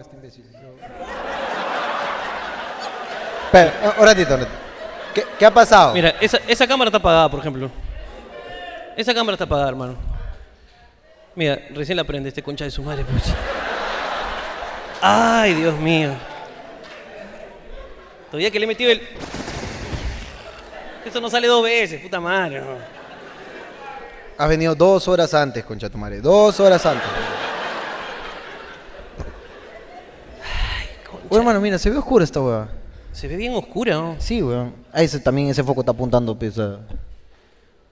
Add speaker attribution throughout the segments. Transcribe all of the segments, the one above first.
Speaker 1: este
Speaker 2: imbécil. Yo-
Speaker 1: Espera, un- un ratito. un ratito. ¿Qué, qué ha pasado?
Speaker 3: Mira, esa, esa cámara está apagada, por ejemplo. Esa cámara está apagada, hermano. Mira, recién la prende este concha de su madre, pucha. Ay, Dios mío. Todavía que le he metido el. Eso no sale dos veces, puta madre. no.
Speaker 1: Has venido dos horas antes, concha tu madre. Dos horas antes.
Speaker 3: Concha.
Speaker 1: Bueno, hermano, mira, se ve oscura esta hueva.
Speaker 3: Se ve bien oscura, ¿no?
Speaker 1: Sí, weón. Ahí ese, también ese foco está apuntando, pues, a-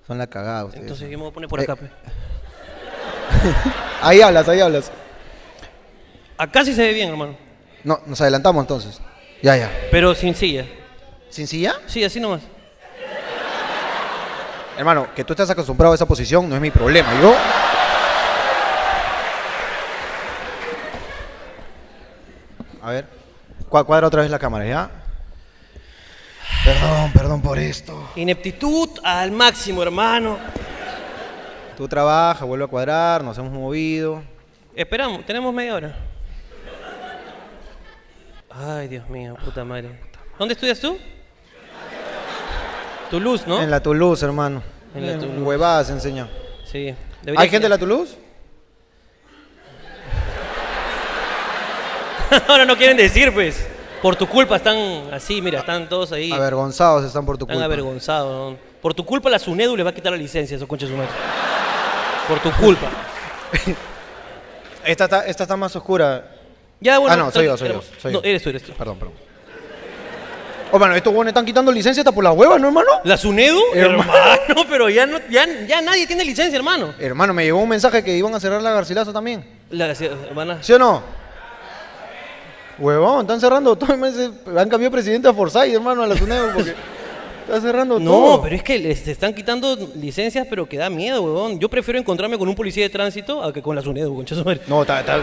Speaker 1: Son la cagada ustedes.
Speaker 3: Entonces yo me voy a poner por acá, pues.
Speaker 1: Eh.
Speaker 3: pe.
Speaker 1: Ahí hablas, ahí hablas.
Speaker 3: Acá sí se ve bien, hermano.
Speaker 1: No, nos adelantamos entonces. Ya, ya.
Speaker 3: Pero sin silla.
Speaker 1: ¿Sin silla?
Speaker 3: Sí, así nomás.
Speaker 1: Hermano, que tú estás acostumbrado a esa posición no es mi problema. Yo. A ver. cua- Cuadra otra vez la cámara, ¿ya? Perdón, perdón por esto.
Speaker 3: Ineptitud al máximo, hermano.
Speaker 1: Tú trabajas, vuelve a cuadrar, nos hemos movido.
Speaker 3: Esperamos, tenemos media hora. Ay, Dios mío, puta madre. ¿Dónde estudias tú? Toulouse, ¿no?
Speaker 1: En la Toulouse, hermano.
Speaker 3: En la Toulouse.
Speaker 1: Huevadas enseña.
Speaker 3: Sí. debería
Speaker 1: ¿Hay gente de la Toulouse?
Speaker 3: Ahora no quieren decir, pues. Por tu culpa están así, mira, están todos ahí.
Speaker 1: Avergonzados están por tu
Speaker 3: están
Speaker 1: culpa.
Speaker 3: avergonzados. ¿no? Por tu culpa la SUNEDU les va a quitar la licencia a esos conches humanos. Por tu culpa.
Speaker 1: Esta está, esta está más oscura.
Speaker 3: Ya, bueno.
Speaker 1: ah, no, soy
Speaker 3: trate-
Speaker 1: yo, soy yo,
Speaker 3: esperemos.
Speaker 1: soy
Speaker 3: No,
Speaker 1: yo.
Speaker 3: eres tú, eres tú.
Speaker 1: Perdón, perdón. Oh, mano, estos buenos están quitando licencia hasta por las huevas, ¿no, hermano?
Speaker 3: ¿La SUNEDU?
Speaker 1: Hermano.
Speaker 3: Hermano, pero ya, no, ya, ya nadie tiene licencia, hermano.
Speaker 1: Hermano, me llegó un mensaje que iban a cerrar la Garcilaso también.
Speaker 3: La, van a-
Speaker 1: ¿Sí o no? Huevón, están cerrando todo. me dice, Han cambiado presidente a Forsyth, hermano, a la SUNEDO, porque está cerrando todo.
Speaker 3: No, pero es que les están quitando licencias, pero que da miedo, weón. Yo prefiero encontrarme con un policía de tránsito a que con la SUNEDU, concha su madre.
Speaker 1: No, está- está-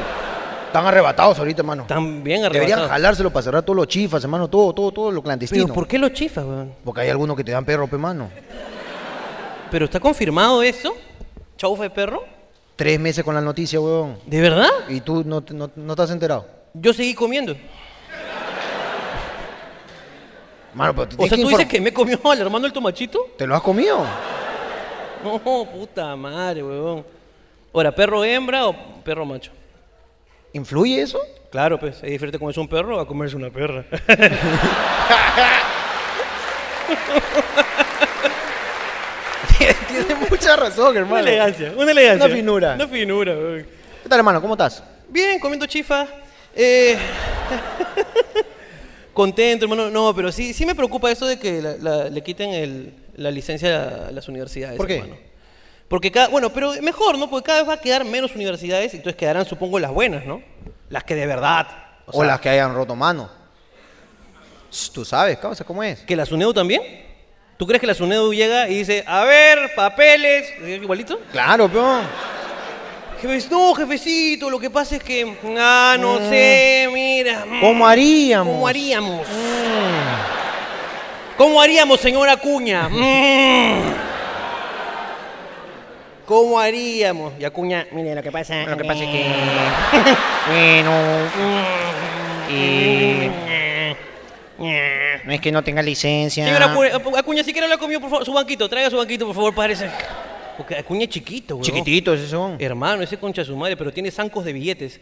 Speaker 1: están arrebatados ahorita, hermano.
Speaker 3: Están bien
Speaker 1: Deberían
Speaker 3: arrebatados.
Speaker 1: jalárselo para cerrar todos los chifas, hermano, todo, todo, todo lo clandestino.
Speaker 3: Pero ¿por qué los chifas, weón?
Speaker 1: Porque hay algunos que te dan perro, pe, mano.
Speaker 3: ¿Pero está confirmado eso? ¿Chaufa de perro?
Speaker 1: Tres meses con la noticia, huevón.
Speaker 3: ¿De verdad?
Speaker 1: Y tú no, te- no, no te has enterado.
Speaker 3: Yo seguí comiendo.
Speaker 1: Mano, pero te
Speaker 3: O
Speaker 1: tienes
Speaker 3: sea,
Speaker 1: que
Speaker 3: ¿tú
Speaker 1: inform-
Speaker 3: dices que me comió al hermano del tomachito?
Speaker 1: ¿Te lo has comido?
Speaker 3: No, puta madre, weón. Ahora, ¿perro hembra o perro macho?
Speaker 1: ¿Influye eso?
Speaker 3: Claro, pues, es diferente comerse un perro a comerse una perra.
Speaker 1: Tiene mucha razón, hermano.
Speaker 3: una elegancia, una elegancia.
Speaker 1: Una finura.
Speaker 3: Una finura, weón.
Speaker 1: ¿Qué tal, hermano? ¿Cómo estás?
Speaker 3: Bien, comiendo chifa. eh, contento, hermano. No, pero sí, sí me preocupa eso de que la- la- le quiten el- la licencia a las universidades.
Speaker 1: ¿Por qué?
Speaker 3: hermano. Porque cada, bueno, pero mejor, ¿no? Porque cada vez va a quedar menos universidades y entonces quedarán, supongo, las buenas, ¿no? Las que de verdad.
Speaker 1: O,
Speaker 3: O, sea,
Speaker 1: las que hayan roto mano. Sh, Tú sabes, causa, ¿cómo es?
Speaker 3: ¿Que la SUNEDU también? ¿Tú crees que la SUNEDU llega y dice, a ver, papeles, igualito?
Speaker 1: Claro, peón.
Speaker 3: Jefe, no, jefecito, lo que pasa es que, ah, no sé, mira. mm,
Speaker 1: Eh, ¿Cómo haríamos?
Speaker 3: ¿Cómo haríamos? Mm. ¿Cómo haríamos, señora Acuña? Mm. ¿Cómo haríamos? Y Acuña, mire, lo que pasa, eh,
Speaker 1: Lo que pasa es
Speaker 3: que...
Speaker 1: Bueno,
Speaker 3: Señora
Speaker 1: eh, no es que no tenga licencia.
Speaker 3: Acu- Acuña, si quiere hablar conmigo, por favor, su banquito, traiga su banquito, por favor, padre. Porque Acuña es chiquito, güey.
Speaker 1: Chiquitito ese son.
Speaker 3: Hermano, ese concha de su madre, pero tiene zancos de billetes.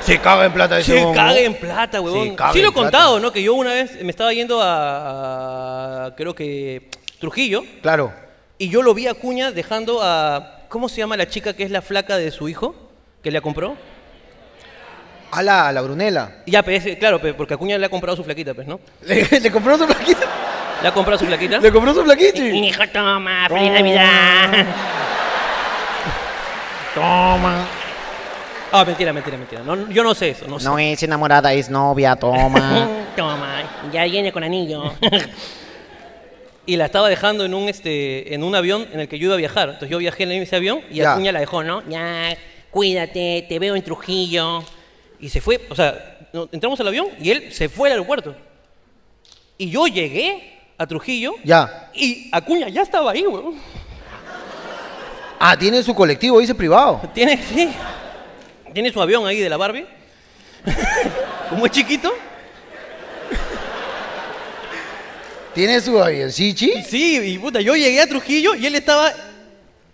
Speaker 1: Se caga en plata ese
Speaker 3: Se
Speaker 1: huevón,
Speaker 3: caga
Speaker 1: ¿no?
Speaker 3: en plata,
Speaker 1: Se
Speaker 3: huevón.
Speaker 1: caga
Speaker 3: Sí lo he
Speaker 1: en plata.
Speaker 3: contado, ¿no? Que yo una vez me estaba yendo a, a- creo que Trujillo
Speaker 1: Claro.
Speaker 3: y yo lo vi a Cuña dejando a ¿cómo se llama la chica que es la flaca de su hijo que la compró?
Speaker 1: A la, a la Brunela.
Speaker 3: Ya, pues, ese- claro, pues, porque Acuña le ha comprado su flaquita, pues, ¿no?
Speaker 1: ¿Le, le compró su plaquita?
Speaker 3: Le ha comprado su flaquita.
Speaker 1: ¿Le compró su plaquita?
Speaker 4: Mi hijo toma,
Speaker 3: Oh.
Speaker 4: feliz Navidad.
Speaker 1: Toma.
Speaker 3: Ah, mentira, mentira, mentira. No, yo no sé eso, no sé.
Speaker 1: No es enamorada, es novia,
Speaker 3: Ah.
Speaker 1: toma.
Speaker 4: Mm, Toma, ya viene con anillo.
Speaker 3: Y la estaba dejando en un este en un avión en el que yo iba a viajar. Entonces yo viajé en ese avión y
Speaker 1: Ya.
Speaker 3: Acuña la dejó, ¿no?
Speaker 4: Ya, cuídate, te veo en Trujillo.
Speaker 3: Y se fue, o sea, no- entramos al avión y él se fue al aeropuerto. Y yo llegué a Trujillo
Speaker 1: ya.
Speaker 3: y Acuña ya estaba ahí, weón.
Speaker 1: Ah, tiene su colectivo, dice privado.
Speaker 3: Tiene, sí, tiene su avión ahí de la Barbie. ¿Cómo es chiquito?
Speaker 1: ¿Tiene su avioncichi?
Speaker 3: Sí, y puta, yo llegué a Trujillo y él estaba.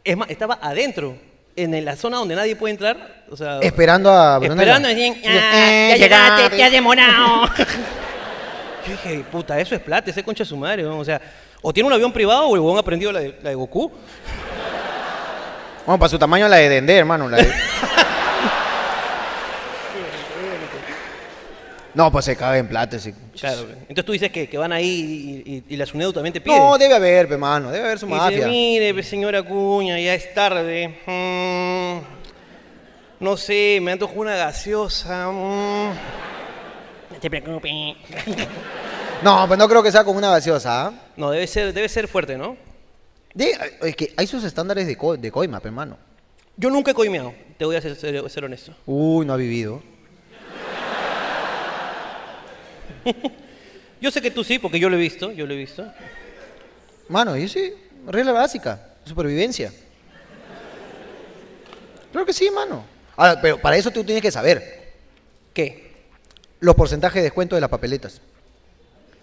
Speaker 3: Es más, estaba adentro, en el- la zona donde nadie puede entrar. O sea,
Speaker 1: Esperando a Eh, Brunella.
Speaker 3: Esperando, así,
Speaker 4: Ah, ya llegaste, te has demorado.
Speaker 3: Yo dije, puta, eso es plata, ese concha de su madre, weón. O sea, o tiene un avión privado o el huevón ha aprendido la de, la de Goku.
Speaker 1: Bueno, para su tamaño la de Dende, hermano. la de- no, pues se caga en plata. ese-
Speaker 3: Claro, weón. Entonces tú dices que, que van ahí y, y- y la SUNEDU también te pide.
Speaker 1: No, debe haber, pe, hermano. Debe haber su
Speaker 3: Y dice,
Speaker 1: mafia.
Speaker 3: mire, pues, señora Cuña, ya es tarde. Mm, no sé, me antojo una gaseosa. mm".
Speaker 4: No te preocupes.
Speaker 1: No, pues no creo que sea con una gaseosa. ¿ah?
Speaker 3: No, debe ser, debe ser fuerte, ¿no?
Speaker 1: De- es que hay sus estándares de, co- de coima, pe, hermano.
Speaker 3: Yo nunca he coimeado, te voy a ser, ser- ser honesto.
Speaker 1: Uy, no ha vivido.
Speaker 3: Yo sé que tú sí, porque yo lo he visto, yo lo he visto.
Speaker 1: Mano, yo sí. Regla básica. Supervivencia. Claro que sí, mano. Ahora, pero para eso tú tienes que saber.
Speaker 3: ¿Qué?
Speaker 1: los porcentajes de descuento de las papeletas.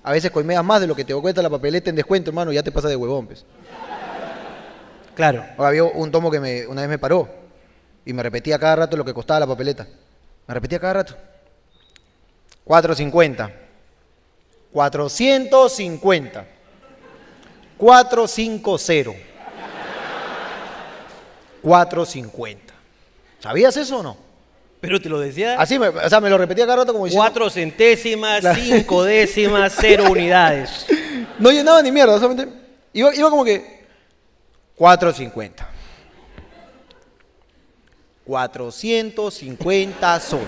Speaker 1: A veces coimeas más de lo que te cuesta la papeleta en descuento, hermano, ya te pasa de huevón, pues.
Speaker 3: Claro.
Speaker 1: Ahora, había un tomo que me, una vez me paró y me repetía cada rato lo que costaba la papeleta. Me repetía cada rato. 450. 450. 450. 450. ¿Sabías eso o no?
Speaker 3: Pero te lo decía.
Speaker 1: Así, me, o sea, me lo repetía cada rato como diciendo...
Speaker 3: Cuatro centésimas,
Speaker 1: Claro.
Speaker 3: cinco décimas, cero unidades.
Speaker 1: No llenaba ni mierda, solamente iba, iba como que 450. 450 soles.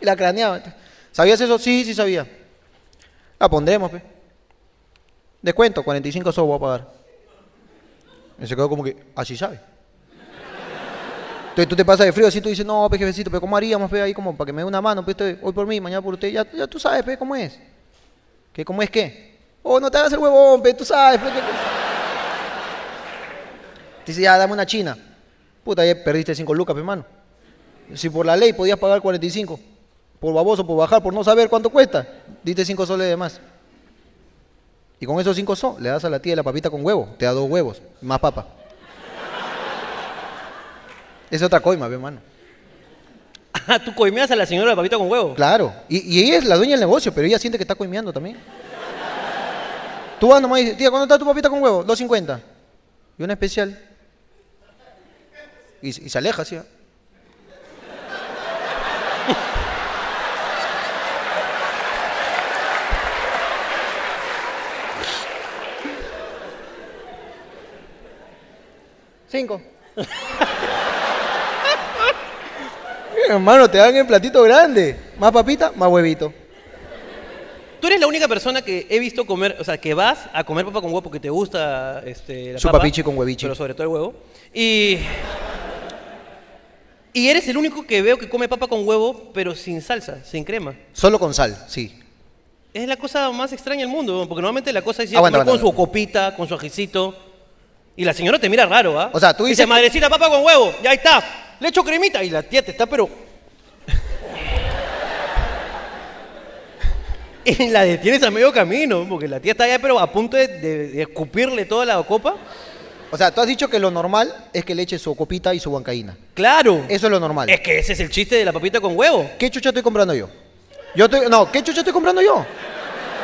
Speaker 1: Y la craneaba. ¿Sabías eso? Sí, sí sabía. La pondremos, pe. Descuento, 45 soles voy a pagar. Y se quedó como que, así sabe. Entonces tú te pasas de frío, así tú dices, no, pe, jefecito, pero ¿cómo haríamos, pe, ahí como para que me dé una mano, pe, estoy- hoy por mí, mañana por usted? Ya, ya tú sabes, pe, cómo es. ¿Qué, ¿Cómo es qué? Oh, no te hagas el huevón, pe, tú sabes. pe, que- Dice, ya, dame una china. Puta, ya perdiste 5 lucas, pe, hermano. Si por la ley podías pagar 45, por baboso, por bajar, por no saber cuánto cuesta, diste 5 soles de más. Y con esos 5 soles le das a la tía la papita con huevo, te da dos huevos, más papa. Es otra coima, pe, hermano.
Speaker 3: Ah, tú coimeas a la señora de papita con huevo.
Speaker 1: Claro, y, y ella es la dueña del negocio, pero ella siente que está coimeando también. Tú vas nomás y dices, tía, ¿cuándo está tu papita con huevo? 2.50. Y una especial. Y, se- y se aleja, sí. ¿ah? Cinco. Hermano, te dan el platito grande. Más papita, más huevito.
Speaker 3: Tú eres la única persona que he visto comer, o sea, que vas a comer papa con huevo porque te gusta este, la
Speaker 1: Su
Speaker 3: papa,
Speaker 1: papichi con huevichi.
Speaker 3: Pero sobre todo el huevo. Y. Y eres el único que veo que come papa con huevo, pero sin salsa, sin crema.
Speaker 1: Solo con sal, sí.
Speaker 3: Es la cosa más extraña del mundo, porque normalmente la cosa es ir a
Speaker 1: Aguanta,
Speaker 3: comer con
Speaker 1: aguanta,
Speaker 3: su copita, con su ajicito. Y la señora te mira raro, ¿ah?
Speaker 1: O sea, tú
Speaker 3: Dice,
Speaker 1: dices que-
Speaker 3: madrecita, papa con huevo, ya está. Le echo cremita. Y la tía te está, pero. y la detienes a medio camino, porque la tía está allá, pero a punto de, de- de escupirle toda la copa.
Speaker 1: O sea, tú has dicho que lo normal es que le eche su copita y su bancaína.
Speaker 3: Claro.
Speaker 1: Eso es lo normal.
Speaker 3: Es que ese es el chiste de la papita con huevo.
Speaker 1: ¿Qué chucha estoy comprando yo? Yo estoy- no, ¿qué chucha estoy comprando yo?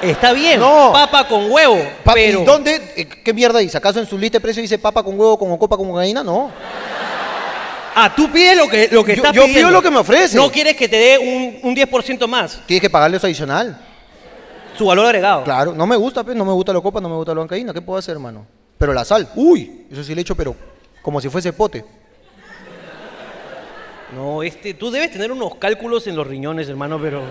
Speaker 3: Está bien.
Speaker 1: No.
Speaker 3: Papa con huevo.
Speaker 1: Papi,
Speaker 3: pero.
Speaker 1: ¿dónde? eh, ¿Qué mierda dice? ¿Acaso en su lista de precios dice papa con huevo, con copa, con gallina? No.
Speaker 3: Ah, tú pides lo que, lo que
Speaker 1: Yo-
Speaker 3: estás
Speaker 1: yo pido
Speaker 3: pidiendo.
Speaker 1: lo que me ofrecen.
Speaker 3: No quieres que te dé un, un 10% más,
Speaker 1: Tienes que pagarle eso adicional.
Speaker 3: su valor agregado.
Speaker 1: Claro, no me gusta, pues, no me gusta la copa, no me gusta la bancaína. ¿Qué puedo hacer, hermano? Pero la sal, uy, eso sí le echo, pero como si fuese pote.
Speaker 3: No, este, tú debes tener unos cálculos en los riñones, hermano, pero...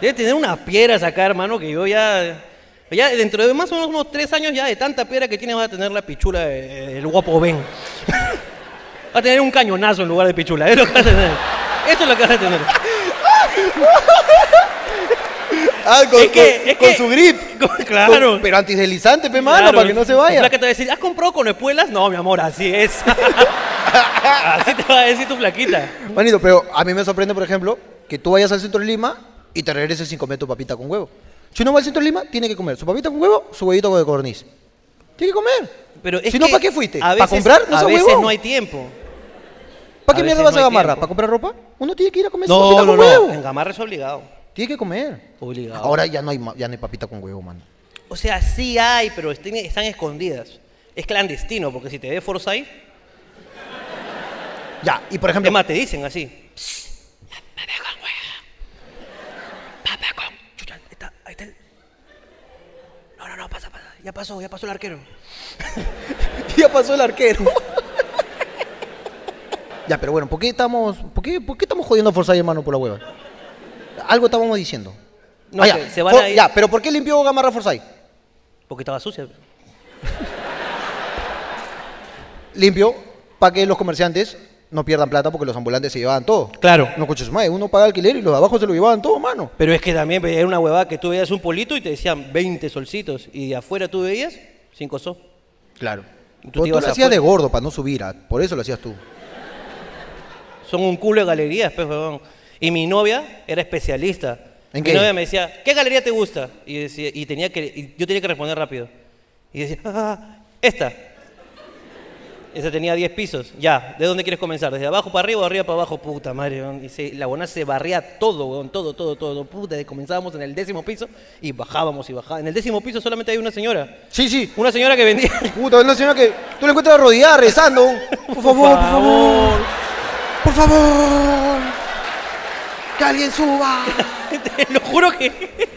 Speaker 3: Debes tener unas piedras acá, hermano, que yo ya... Ya dentro de más o menos unos tres años ya de tanta piedra que tienes vas a tener la pichula de- de- del guapo Ben. vas a tener un cañonazo en lugar de pichula. Es lo que vas a tener. Eso es lo que vas a tener.
Speaker 1: Ah, con,
Speaker 3: Es que-
Speaker 1: con-
Speaker 3: es
Speaker 1: con
Speaker 3: que-
Speaker 1: su grip.
Speaker 3: claro.
Speaker 1: Con- pero antideslizante, pe, mano,
Speaker 3: Claro,
Speaker 1: para que no se
Speaker 3: tu
Speaker 1: vaya.
Speaker 3: flaca te va a decir, ¿has comprado con espuelas? No, mi amor, así es. así te va a decir tu flaquita.
Speaker 1: Manito, pero a mí me sorprende, por ejemplo, que tú vayas al centro de Lima y te regreses sin comer tu papita con huevo. Si uno va al centro de Lima, tiene que comer su papita con huevo, su huevito de codorniz. Tiene que comer.
Speaker 3: Pero es
Speaker 1: si no,
Speaker 3: que
Speaker 1: ¿para qué fuiste?
Speaker 3: a
Speaker 1: ¿Para
Speaker 3: veces-
Speaker 1: comprar? No
Speaker 3: a
Speaker 1: seas
Speaker 3: veces
Speaker 1: huevón.
Speaker 3: no hay tiempo.
Speaker 1: ¿Para qué
Speaker 3: a
Speaker 1: mierda
Speaker 3: veces
Speaker 1: vas
Speaker 3: no
Speaker 1: a
Speaker 3: hay
Speaker 1: Gamarra?
Speaker 3: tiempo.
Speaker 1: ¿Para comprar ropa? Uno tiene que ir a comer su
Speaker 3: No,
Speaker 1: papita
Speaker 3: no,
Speaker 1: con
Speaker 3: no.
Speaker 1: huevo.
Speaker 3: En Gamarra es obligado.
Speaker 1: Tiene que comer.
Speaker 3: Obligado.
Speaker 1: Ahora ya no hay ma- ya no hay papita con huevo, mano.
Speaker 3: O sea, sí hay, pero estén- están escondidas. Es clandestino, porque si te ve Forsyth,
Speaker 1: Ya, y por ejemplo,
Speaker 3: es más, te dicen así.
Speaker 4: Papá con.
Speaker 3: Chucha, ahí está, ahí está el- No, no, no, pasa, pasa. Ya pasó, ya pasó el arquero.
Speaker 1: ya pasó el arquero. ya, pero bueno, ¿por qué estamos, por qué, por qué estamos jodiendo a Forsyth, hermano, por la hueva? Algo estábamos diciendo.
Speaker 3: No,
Speaker 1: Ah, ya.
Speaker 3: que se van
Speaker 1: For-
Speaker 3: a ir.
Speaker 1: ya, pero ¿por qué limpió Gamarra a Forsyth?
Speaker 3: Porque estaba sucia.
Speaker 1: Limpió para que los comerciantes no pierdan plata porque los ambulantes se llevaban todo.
Speaker 3: Claro.
Speaker 1: No escuches, madre, uno paga alquiler y los de abajo se lo llevaban todo, mano.
Speaker 3: Pero es que también pues, era una huevada que tú veías un polito y te decían 20 solcitos. Y de afuera tú veías 5 so.
Speaker 1: Claro.
Speaker 3: Y tú
Speaker 1: Tú,
Speaker 3: te ibas
Speaker 1: lo hacías
Speaker 3: afuera.
Speaker 1: de gordo para no subir, ah, por eso lo hacías tú.
Speaker 3: Son un culo de galerías, pues, huevón. Y mi novia era especialista.
Speaker 1: ¿En
Speaker 3: mi
Speaker 1: qué?
Speaker 3: novia me decía, ¿qué galería te gusta? Y, decía, y, tenía que, y yo tenía que responder rápido. Y decía, "Ah, esta. Esa tenía 10 pisos. Ya, ¿de dónde quieres comenzar? ¿Desde abajo para arriba o arriba para abajo? Puta madre, huevón. Y se- la buena se barría todo, weón, todo, todo, todo. Puta, comenzábamos en el décimo piso y bajábamos y bajábamos. En el décimo piso solamente hay una señora.
Speaker 1: Sí, sí.
Speaker 3: Una señora que vendía...
Speaker 1: Puta, una señora que tú la encuentras rodeada rezando. Por favor, por favor, por favor. Que alguien suba.
Speaker 3: Te lo juro que...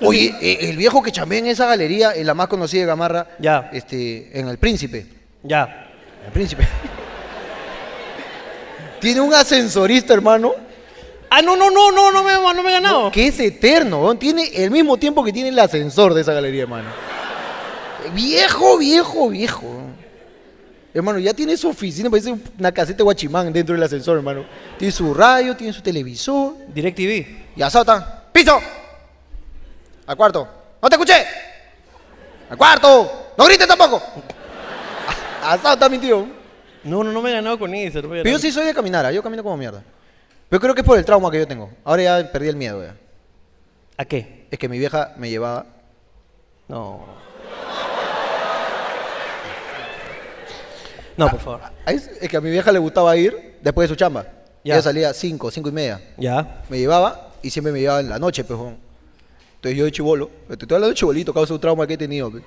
Speaker 1: Oye, eh, el viejo que chamé en esa galería, en la más conocida de Gamarra,
Speaker 3: Ya.
Speaker 1: este, en El Príncipe.
Speaker 3: Ya.
Speaker 1: En El Príncipe. Tiene un ascensorista, hermano,
Speaker 3: Ah, no, no, no, no, no me, no me he ganado.
Speaker 1: que es eterno. weón. Tiene el mismo tiempo que tiene el ascensor de esa galería, hermano. Eh, Viejo, viejo, viejo. Hermano, ya tiene su oficina, parece una caseta de guachimán dentro del ascensor, hermano. Tiene su radio, tiene su televisor.
Speaker 3: DirecTV.
Speaker 1: Y azota. ¡Piso! Al cuarto. ¡No te escuché! ¡Al cuarto! ¡No grites tampoco! Azota, mi tío.
Speaker 3: No, no, no me he ganado con eso. no me he
Speaker 1: Pero yo sí
Speaker 3: ganado.
Speaker 1: soy de caminar, ¿ah? yo camino como mierda. Pero creo que es por el trauma que yo tengo. Ahora ya perdí el miedo, ya.
Speaker 3: ¿A qué?
Speaker 1: Es que mi vieja me llevaba.
Speaker 3: No. No, por favor.
Speaker 1: Ah, Es, es que a mi vieja le gustaba ir después de su chamba.
Speaker 3: Ya.
Speaker 1: Ella salía a 5, 5 y media.
Speaker 3: Ya.
Speaker 1: Me llevaba y siempre me llevaba en la noche, pejón. Entonces yo de chivolo, te estoy hablando de chibolito, causa un trauma que he tenido. pe.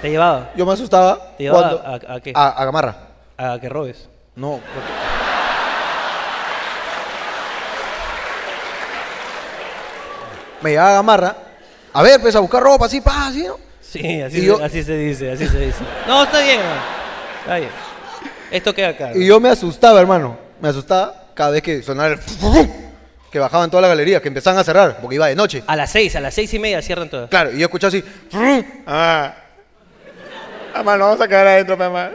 Speaker 3: Te llevaba
Speaker 1: Yo me asustaba.
Speaker 3: ¿Te llevaba
Speaker 1: cuando-
Speaker 3: a- a qué?
Speaker 1: A, a Gamarra.
Speaker 3: a que robes.
Speaker 1: No, porque- Me llevaba a Gamarra. A ver, pues a buscar ropa, así, pa, así, ¿no?
Speaker 3: Sí,
Speaker 1: Y
Speaker 3: así,
Speaker 1: yo-
Speaker 3: se, así se dice, así se dice. No, está bien, hermano. Está bien. Esto queda acá.
Speaker 1: Y yo me asustaba, hermano. Me asustaba cada vez que sonaba el. Que bajaban todas las galerías, que empezaban a cerrar, porque iba de noche.
Speaker 3: A las seis, a las seis y media cierran todas.
Speaker 1: Claro, y yo escuchaba así.
Speaker 2: Ah. Ah, mano, vamos a quedar adentro, mamá.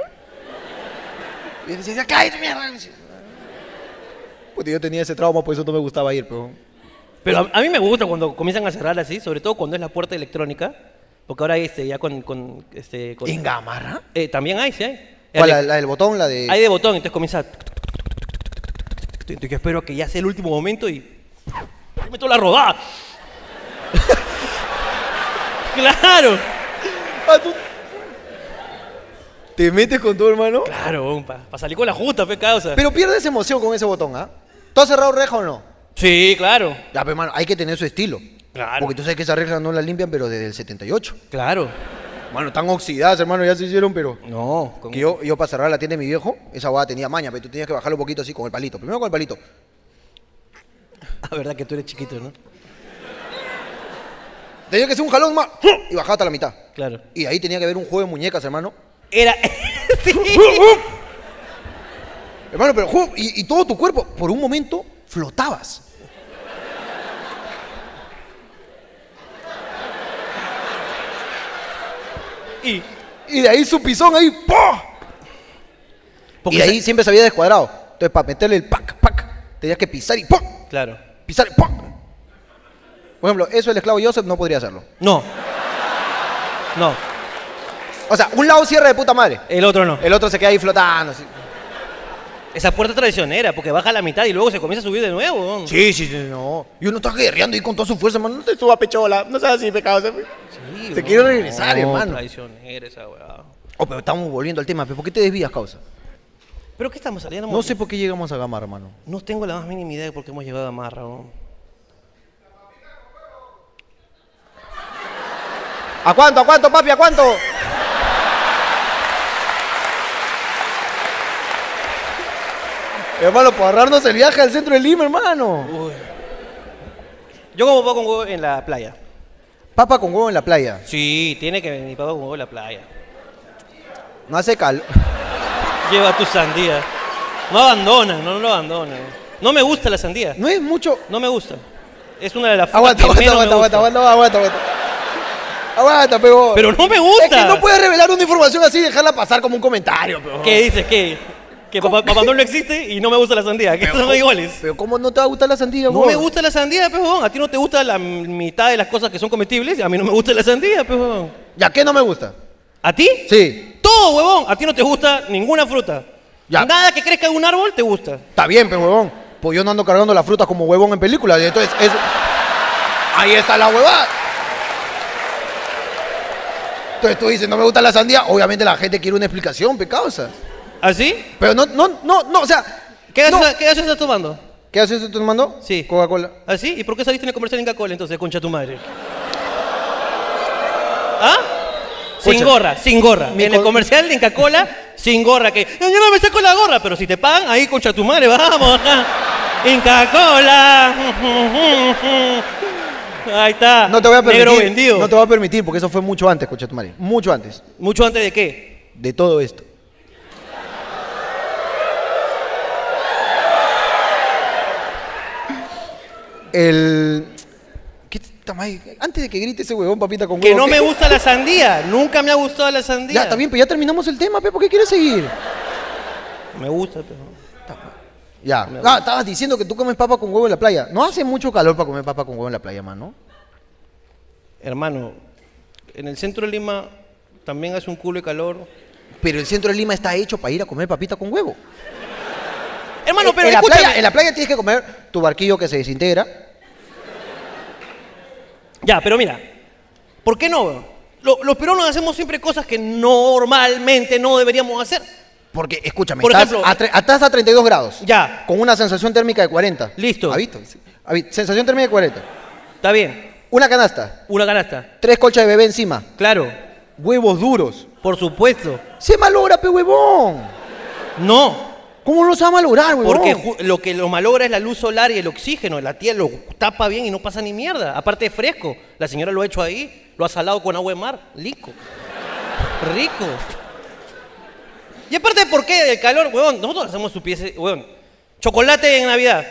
Speaker 1: Y yo decía, cállate, mierda. Puta, yo tenía ese trauma, por eso no me gustaba ir, pero.
Speaker 3: Pero a, a mí me gusta cuando comienzan a cerrar así, sobre todo cuando es la puerta electrónica. Porque ahora este, ya con. con, este, con-
Speaker 1: ¿En Gamarra?
Speaker 3: Eh, también hay, sí hay.
Speaker 1: ¿Cuál, la, la del botón, la de.
Speaker 3: Hay de botón, entonces comienza. Entonces yo espero que ya sea el último momento y. ¡Me meto la rodada! ¡Claro!
Speaker 1: Ah, tú- ¿Te metes con tu hermano?
Speaker 3: Claro, para salir con la justa, fe causa.
Speaker 1: Pero pierdes emoción con ese botón, ¿ah? ¿Tú has cerrado reja o no?
Speaker 3: Sí, claro.
Speaker 1: Ya, pero hermano, hay que tener su estilo.
Speaker 3: Claro.
Speaker 1: Porque tú sabes que esas rejas no las limpian, pero desde el 78.
Speaker 3: Claro.
Speaker 1: Mano, están oxidadas, hermano, ya se hicieron, pero.
Speaker 3: No, con-
Speaker 1: Que yo, yo para cerrar la tienda de mi viejo, esa guada tenía maña, pero tú tenías que bajarlo un poquito así con el palito. Primero con el palito.
Speaker 3: Ah, verdad que tú eres chiquito, ¿no?
Speaker 1: Tenía que hacer un jalón más y bajaba hasta la mitad.
Speaker 3: Claro.
Speaker 1: Y ahí tenía que haber un juego de muñecas, hermano.
Speaker 3: Era. sí. uh.
Speaker 1: Hermano, pero ju- y, y todo tu cuerpo, por un momento, flotabas.
Speaker 3: Y.
Speaker 1: Y de ahí su pisón ahí, ¡pah!
Speaker 3: porque
Speaker 1: y de ahí
Speaker 3: sa-
Speaker 1: siempre se había descuadrado. Entonces, para meterle el pac, pac, tenías que pisar y ¡pum!
Speaker 3: Claro.
Speaker 1: Pisar y ¡pum! Por ejemplo, eso el esclavo Joseph no podría hacerlo.
Speaker 3: No. No.
Speaker 1: O sea, un lado cierra de puta madre,
Speaker 3: El otro no.
Speaker 1: el otro se queda ahí flotando. así.
Speaker 3: Esa puerta traicionera, porque baja a la mitad y luego se comienza a subir de nuevo. weón.
Speaker 1: Sí, sí, sí, no. Y uno está guerreando ahí con toda su fuerza, hermano. No te suba pechola. No seas así, pecado. Se,
Speaker 3: Sí,
Speaker 1: se
Speaker 3: weón.
Speaker 1: quiere regresar,
Speaker 3: No,
Speaker 1: hermano.
Speaker 3: Traicionera esa weá.
Speaker 1: Oh, pero estamos volviendo al tema. ¿Pero ¿Por qué te desvías, causa?
Speaker 3: ¿Pero qué estamos saliendo?
Speaker 1: No sé por qué llegamos a Gamar, hermano.
Speaker 3: No tengo la más mínima idea de por qué hemos llegado a Marra. weón.
Speaker 1: ¿A cuánto, a cuánto, papi, a cuánto? hermano, por ahorrarnos el viaje al centro de Lima, hermano.
Speaker 3: Yo como pavo con huevo en la playa.
Speaker 1: Papa con huevo en la playa.
Speaker 3: Sí, tiene que venir pavo con huevo en la playa.
Speaker 1: No hace calor.
Speaker 3: Lleva tu sandía. No abandonan, no, no lo abandonan. No me gusta la sandía.
Speaker 1: No es mucho.
Speaker 3: No me gusta. Es una de las frutas
Speaker 1: Aguanta,
Speaker 3: que
Speaker 1: aguanta,
Speaker 3: menos me
Speaker 1: aguanta, aguanta,
Speaker 3: gusta.
Speaker 1: aguanta, aguanta, aguanta. Aguanta, pego.
Speaker 3: Pero no me gusta.
Speaker 1: Es que no puedes revelar una información así y dejarla pasar como un comentario, pego.
Speaker 3: ¿Qué dices? ¿Qué? Que papá, papá Noel no existe y no me gusta la sandía. Que son iguales.
Speaker 1: Pero ¿cómo no te va a gustar la sandía,
Speaker 3: No
Speaker 1: huevón?
Speaker 3: me gusta la sandía, pejón. A ti no te gusta la mitad de las cosas que son comestibles. A mí no me gusta la sandía, pejón.
Speaker 1: ¿Ya qué no me gusta?
Speaker 3: ¿A ti?
Speaker 1: Sí.
Speaker 3: Todo, huevón. A ti no te gusta ninguna fruta.
Speaker 1: Ya.
Speaker 3: Nada que crezca en un árbol te gusta.
Speaker 1: Está bien, pero huevón. Pues yo no ando cargando las frutas como huevón en películas. y Entonces, es... ahí está la huevada. Entonces tú dices, no me gusta la sandía. Obviamente la gente quiere una explicación, pecausa.
Speaker 3: ¿Así?
Speaker 1: Pero no, no, no, no, o sea.
Speaker 3: ¿Qué gases
Speaker 1: no.
Speaker 3: ¿qué gases estás tomando?
Speaker 1: ¿Qué haces tú tomando?
Speaker 3: ¿Ah, Sí.
Speaker 1: Coca-Cola.
Speaker 3: ¿Así? ¿Y por qué saliste en el comercial en Coca-Cola entonces, concha tu madre? ¿Ah? Sin
Speaker 1: Pucha.
Speaker 3: gorra, sin gorra.
Speaker 1: Mi
Speaker 3: en el
Speaker 1: co-
Speaker 3: comercial de Inca Cola, sin gorra. Que yo no me saco la gorra, pero si te pagan, ahí concha tu madre, vamos. ¿ah? Inca Cola. Ahí está.
Speaker 1: No te voy a permitir.
Speaker 3: Negro vendido.
Speaker 1: No te voy a permitir, porque eso fue mucho antes, escucha tu madre. Mucho antes
Speaker 3: ¿Mucho antes de qué?
Speaker 1: de todo esto. El. ¿Qué puta madre? Antes de que grite ese huevón, papita con
Speaker 3: Que
Speaker 1: huevo.
Speaker 3: no
Speaker 1: ¿qué?
Speaker 3: me gusta la sandía. Nunca me ha gustado la sandía.
Speaker 1: Ya, está bien, pero ya terminamos el tema, pe, ¿por qué quieres seguir?
Speaker 3: Me gusta, pero.
Speaker 1: Ya. Ah, estabas diciendo que tú comes papa con huevo en la playa. No hace mucho calor para comer papa con huevo en la playa, mano.
Speaker 3: Hermano, en el centro de Lima también hace un culo de calor.
Speaker 1: Pero el centro de Lima está hecho para ir a comer papita con huevo.
Speaker 3: Hermano, pero
Speaker 1: Eh, en, la
Speaker 3: escúchame.
Speaker 1: playa, en la playa tienes que comer tu barquillo que se desintegra.
Speaker 3: Ya, pero mira, ¿por qué no? Lo- los peruanos hacemos siempre cosas que normalmente no deberíamos hacer.
Speaker 1: Porque, escúchame,
Speaker 3: Por
Speaker 1: estás,
Speaker 3: ejemplo,
Speaker 1: a tre- estás a 32 grados.
Speaker 3: Ya.
Speaker 1: Con una sensación térmica de 40.
Speaker 3: Listo.
Speaker 1: ¿Ha visto? Sí. ¿Ha vi- Sensación térmica de 40.
Speaker 3: Está bien,
Speaker 1: Una canasta.
Speaker 3: una canasta.
Speaker 1: Tres colchas de bebé encima.
Speaker 3: Claro,
Speaker 1: Huevos duros.
Speaker 3: por supuesto.
Speaker 1: Se malogra, pe huevón.
Speaker 3: No,
Speaker 1: ¿Cómo los va a malograr, huevón?
Speaker 3: porque ju- lo que lo malogra es la luz solar y el oxígeno. La tierra lo tapa bien y no pasa ni mierda. Aparte es fresco. La señora lo ha hecho ahí, lo ha salado con agua de mar. Lico. Rico. Y aparte, ¿por qué el calor? Huevón, nosotros hacemos su pieza, huevón. Chocolate en Navidad.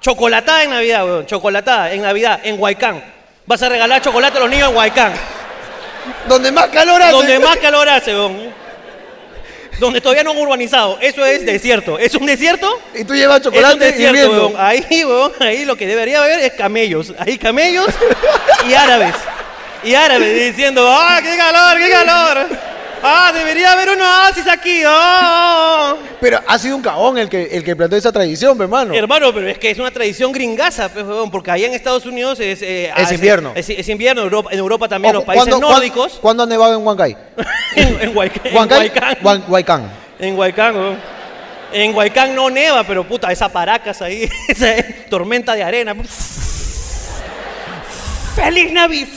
Speaker 3: Chocolatada en Navidad, huevón. Chocolatada en Navidad, en Huaycán. Vas a regalar chocolate a los niños en Huaycán.
Speaker 1: Donde más calor hace.
Speaker 3: Donde más calor hace, huevón. Donde todavía no han urbanizado. Eso es desierto. ¿Es un desierto?
Speaker 1: Y tú llevas
Speaker 3: Es un
Speaker 1: chocolate
Speaker 3: desierto,
Speaker 1: hirviendo.
Speaker 3: huevón. Ahí, huevón, ahí lo que debería haber es camellos. Ahí camellos y árabes. Y árabes diciendo, ¡ah, qué calor, qué calor! ¡Ah, debería haber un oasis aquí! ¡Oh!
Speaker 1: Pero ha sido un cagón el que, el que planteó esa tradición, pe, hermano.
Speaker 3: Hermano, pero es que es una tradición gringaza, pues, huevón, porque allá en Estados Unidos es... eh,
Speaker 1: Es
Speaker 3: hace-
Speaker 1: invierno. Oh,
Speaker 3: Es, es invierno, Europa- en Europa también,
Speaker 1: O-
Speaker 3: los países
Speaker 1: ¿cuándo-
Speaker 3: nórdicos.
Speaker 1: cuándo- ¿Cuándo ha nevado en Huancay?
Speaker 3: En, en Huayca- en
Speaker 1: Huancay.
Speaker 3: Huaycán.
Speaker 1: Huan- Huaycán.
Speaker 3: En Huaycán, weón. En Huaycán no neva, pero puta, esas paracas ahí, esa eh, tormenta de arena. ¡Feliz Navidad!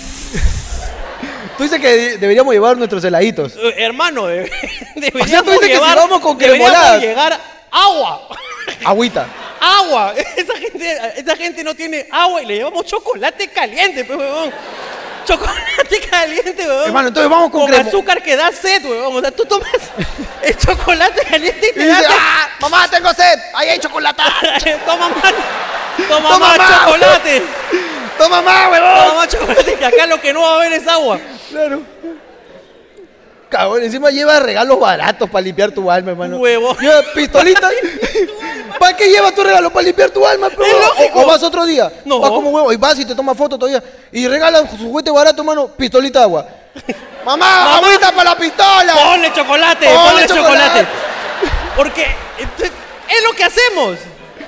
Speaker 1: Tú dices que de- deberíamos llevar nuestros heladitos.
Speaker 3: Eh, Hermano, de- deberíamos
Speaker 1: dices que si
Speaker 3: llevar-
Speaker 1: vamos con
Speaker 3: deberíamos
Speaker 1: cremoladas.
Speaker 3: llegar agua.
Speaker 1: Agüita.
Speaker 3: Agua. Esa gente, esa gente no tiene agua y le llevamos chocolate caliente, pues, weón. Chocolate caliente, weón.
Speaker 1: Hermano, entonces vamos con
Speaker 3: Con
Speaker 1: cremo-
Speaker 3: azúcar que da sed, weón. O sea, tú tomas el chocolate caliente y
Speaker 1: Y
Speaker 3: te da
Speaker 1: dice,
Speaker 3: sed.
Speaker 1: ¡ah! ¡Mamá, tengo sed! ¡Ahí hay chocolate!
Speaker 3: toma más, toma,
Speaker 1: Toma
Speaker 3: más,
Speaker 1: más.
Speaker 3: chocolate.
Speaker 1: ¡Toma más, huevón!
Speaker 3: Toma más chocolate, que acá lo que no va a haber es agua.
Speaker 1: Claro. Cabrón, encima lleva regalos baratos para limpiar tu alma, hermano.
Speaker 3: Huevo.
Speaker 1: Lleva pistolitas. ¿Para qué llevas tu regalo? ¿Para limpiar tu alma? pero-
Speaker 3: Es lógico.
Speaker 1: O, o vas otro día.
Speaker 3: No.
Speaker 1: Vas como huevo y vas y te tomas foto todavía. Y regalan su juguete barato, hermano, pistolita de agua. ¡Mamá, agüita para la pistola!
Speaker 3: Ponle chocolate, ponle,
Speaker 1: Ponle
Speaker 3: chocolate.
Speaker 1: chocolate.
Speaker 3: Porque entonces, Es lo que hacemos.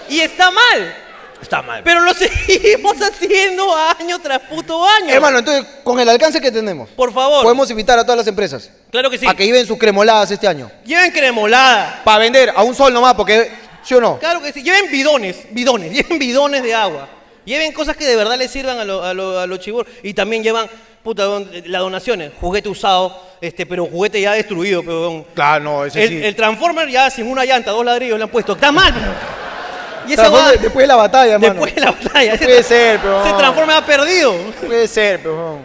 Speaker 3: Y está mal.
Speaker 5: Está mal.
Speaker 3: Pero lo seguimos haciendo año tras puto año.
Speaker 1: Hermano, entonces, con el alcance que tenemos,
Speaker 3: Por favor.
Speaker 1: podemos invitar a todas las empresas
Speaker 3: Claro que sí.
Speaker 1: a que lleven sus cremoladas este año.
Speaker 3: Lleven cremolada.
Speaker 1: Para vender a un sol nomás, porque. ¿Sí o no?
Speaker 3: Claro que sí. Lleven bidones. Bidones. Lleven bidones de agua. Lleven cosas que de verdad les sirvan a, lo- a lo- a los chivos. Y también llevan, puta, don- las donaciones. Juguete usado, este, pero juguete ya destruido, pero, don.
Speaker 2: Claro, Ah, no, ese
Speaker 3: el,
Speaker 2: sí.
Speaker 3: el Transformer ya sin una llanta, dos ladrillos le han puesto. ¡Está mal! bro! Y esa
Speaker 1: Transforme-
Speaker 3: va,
Speaker 1: Después de la batalla, hermano.
Speaker 3: después de la batalla. ese-
Speaker 2: Puede ser, pero.
Speaker 3: Se transforma ha perdido.
Speaker 2: Puede ser, pero.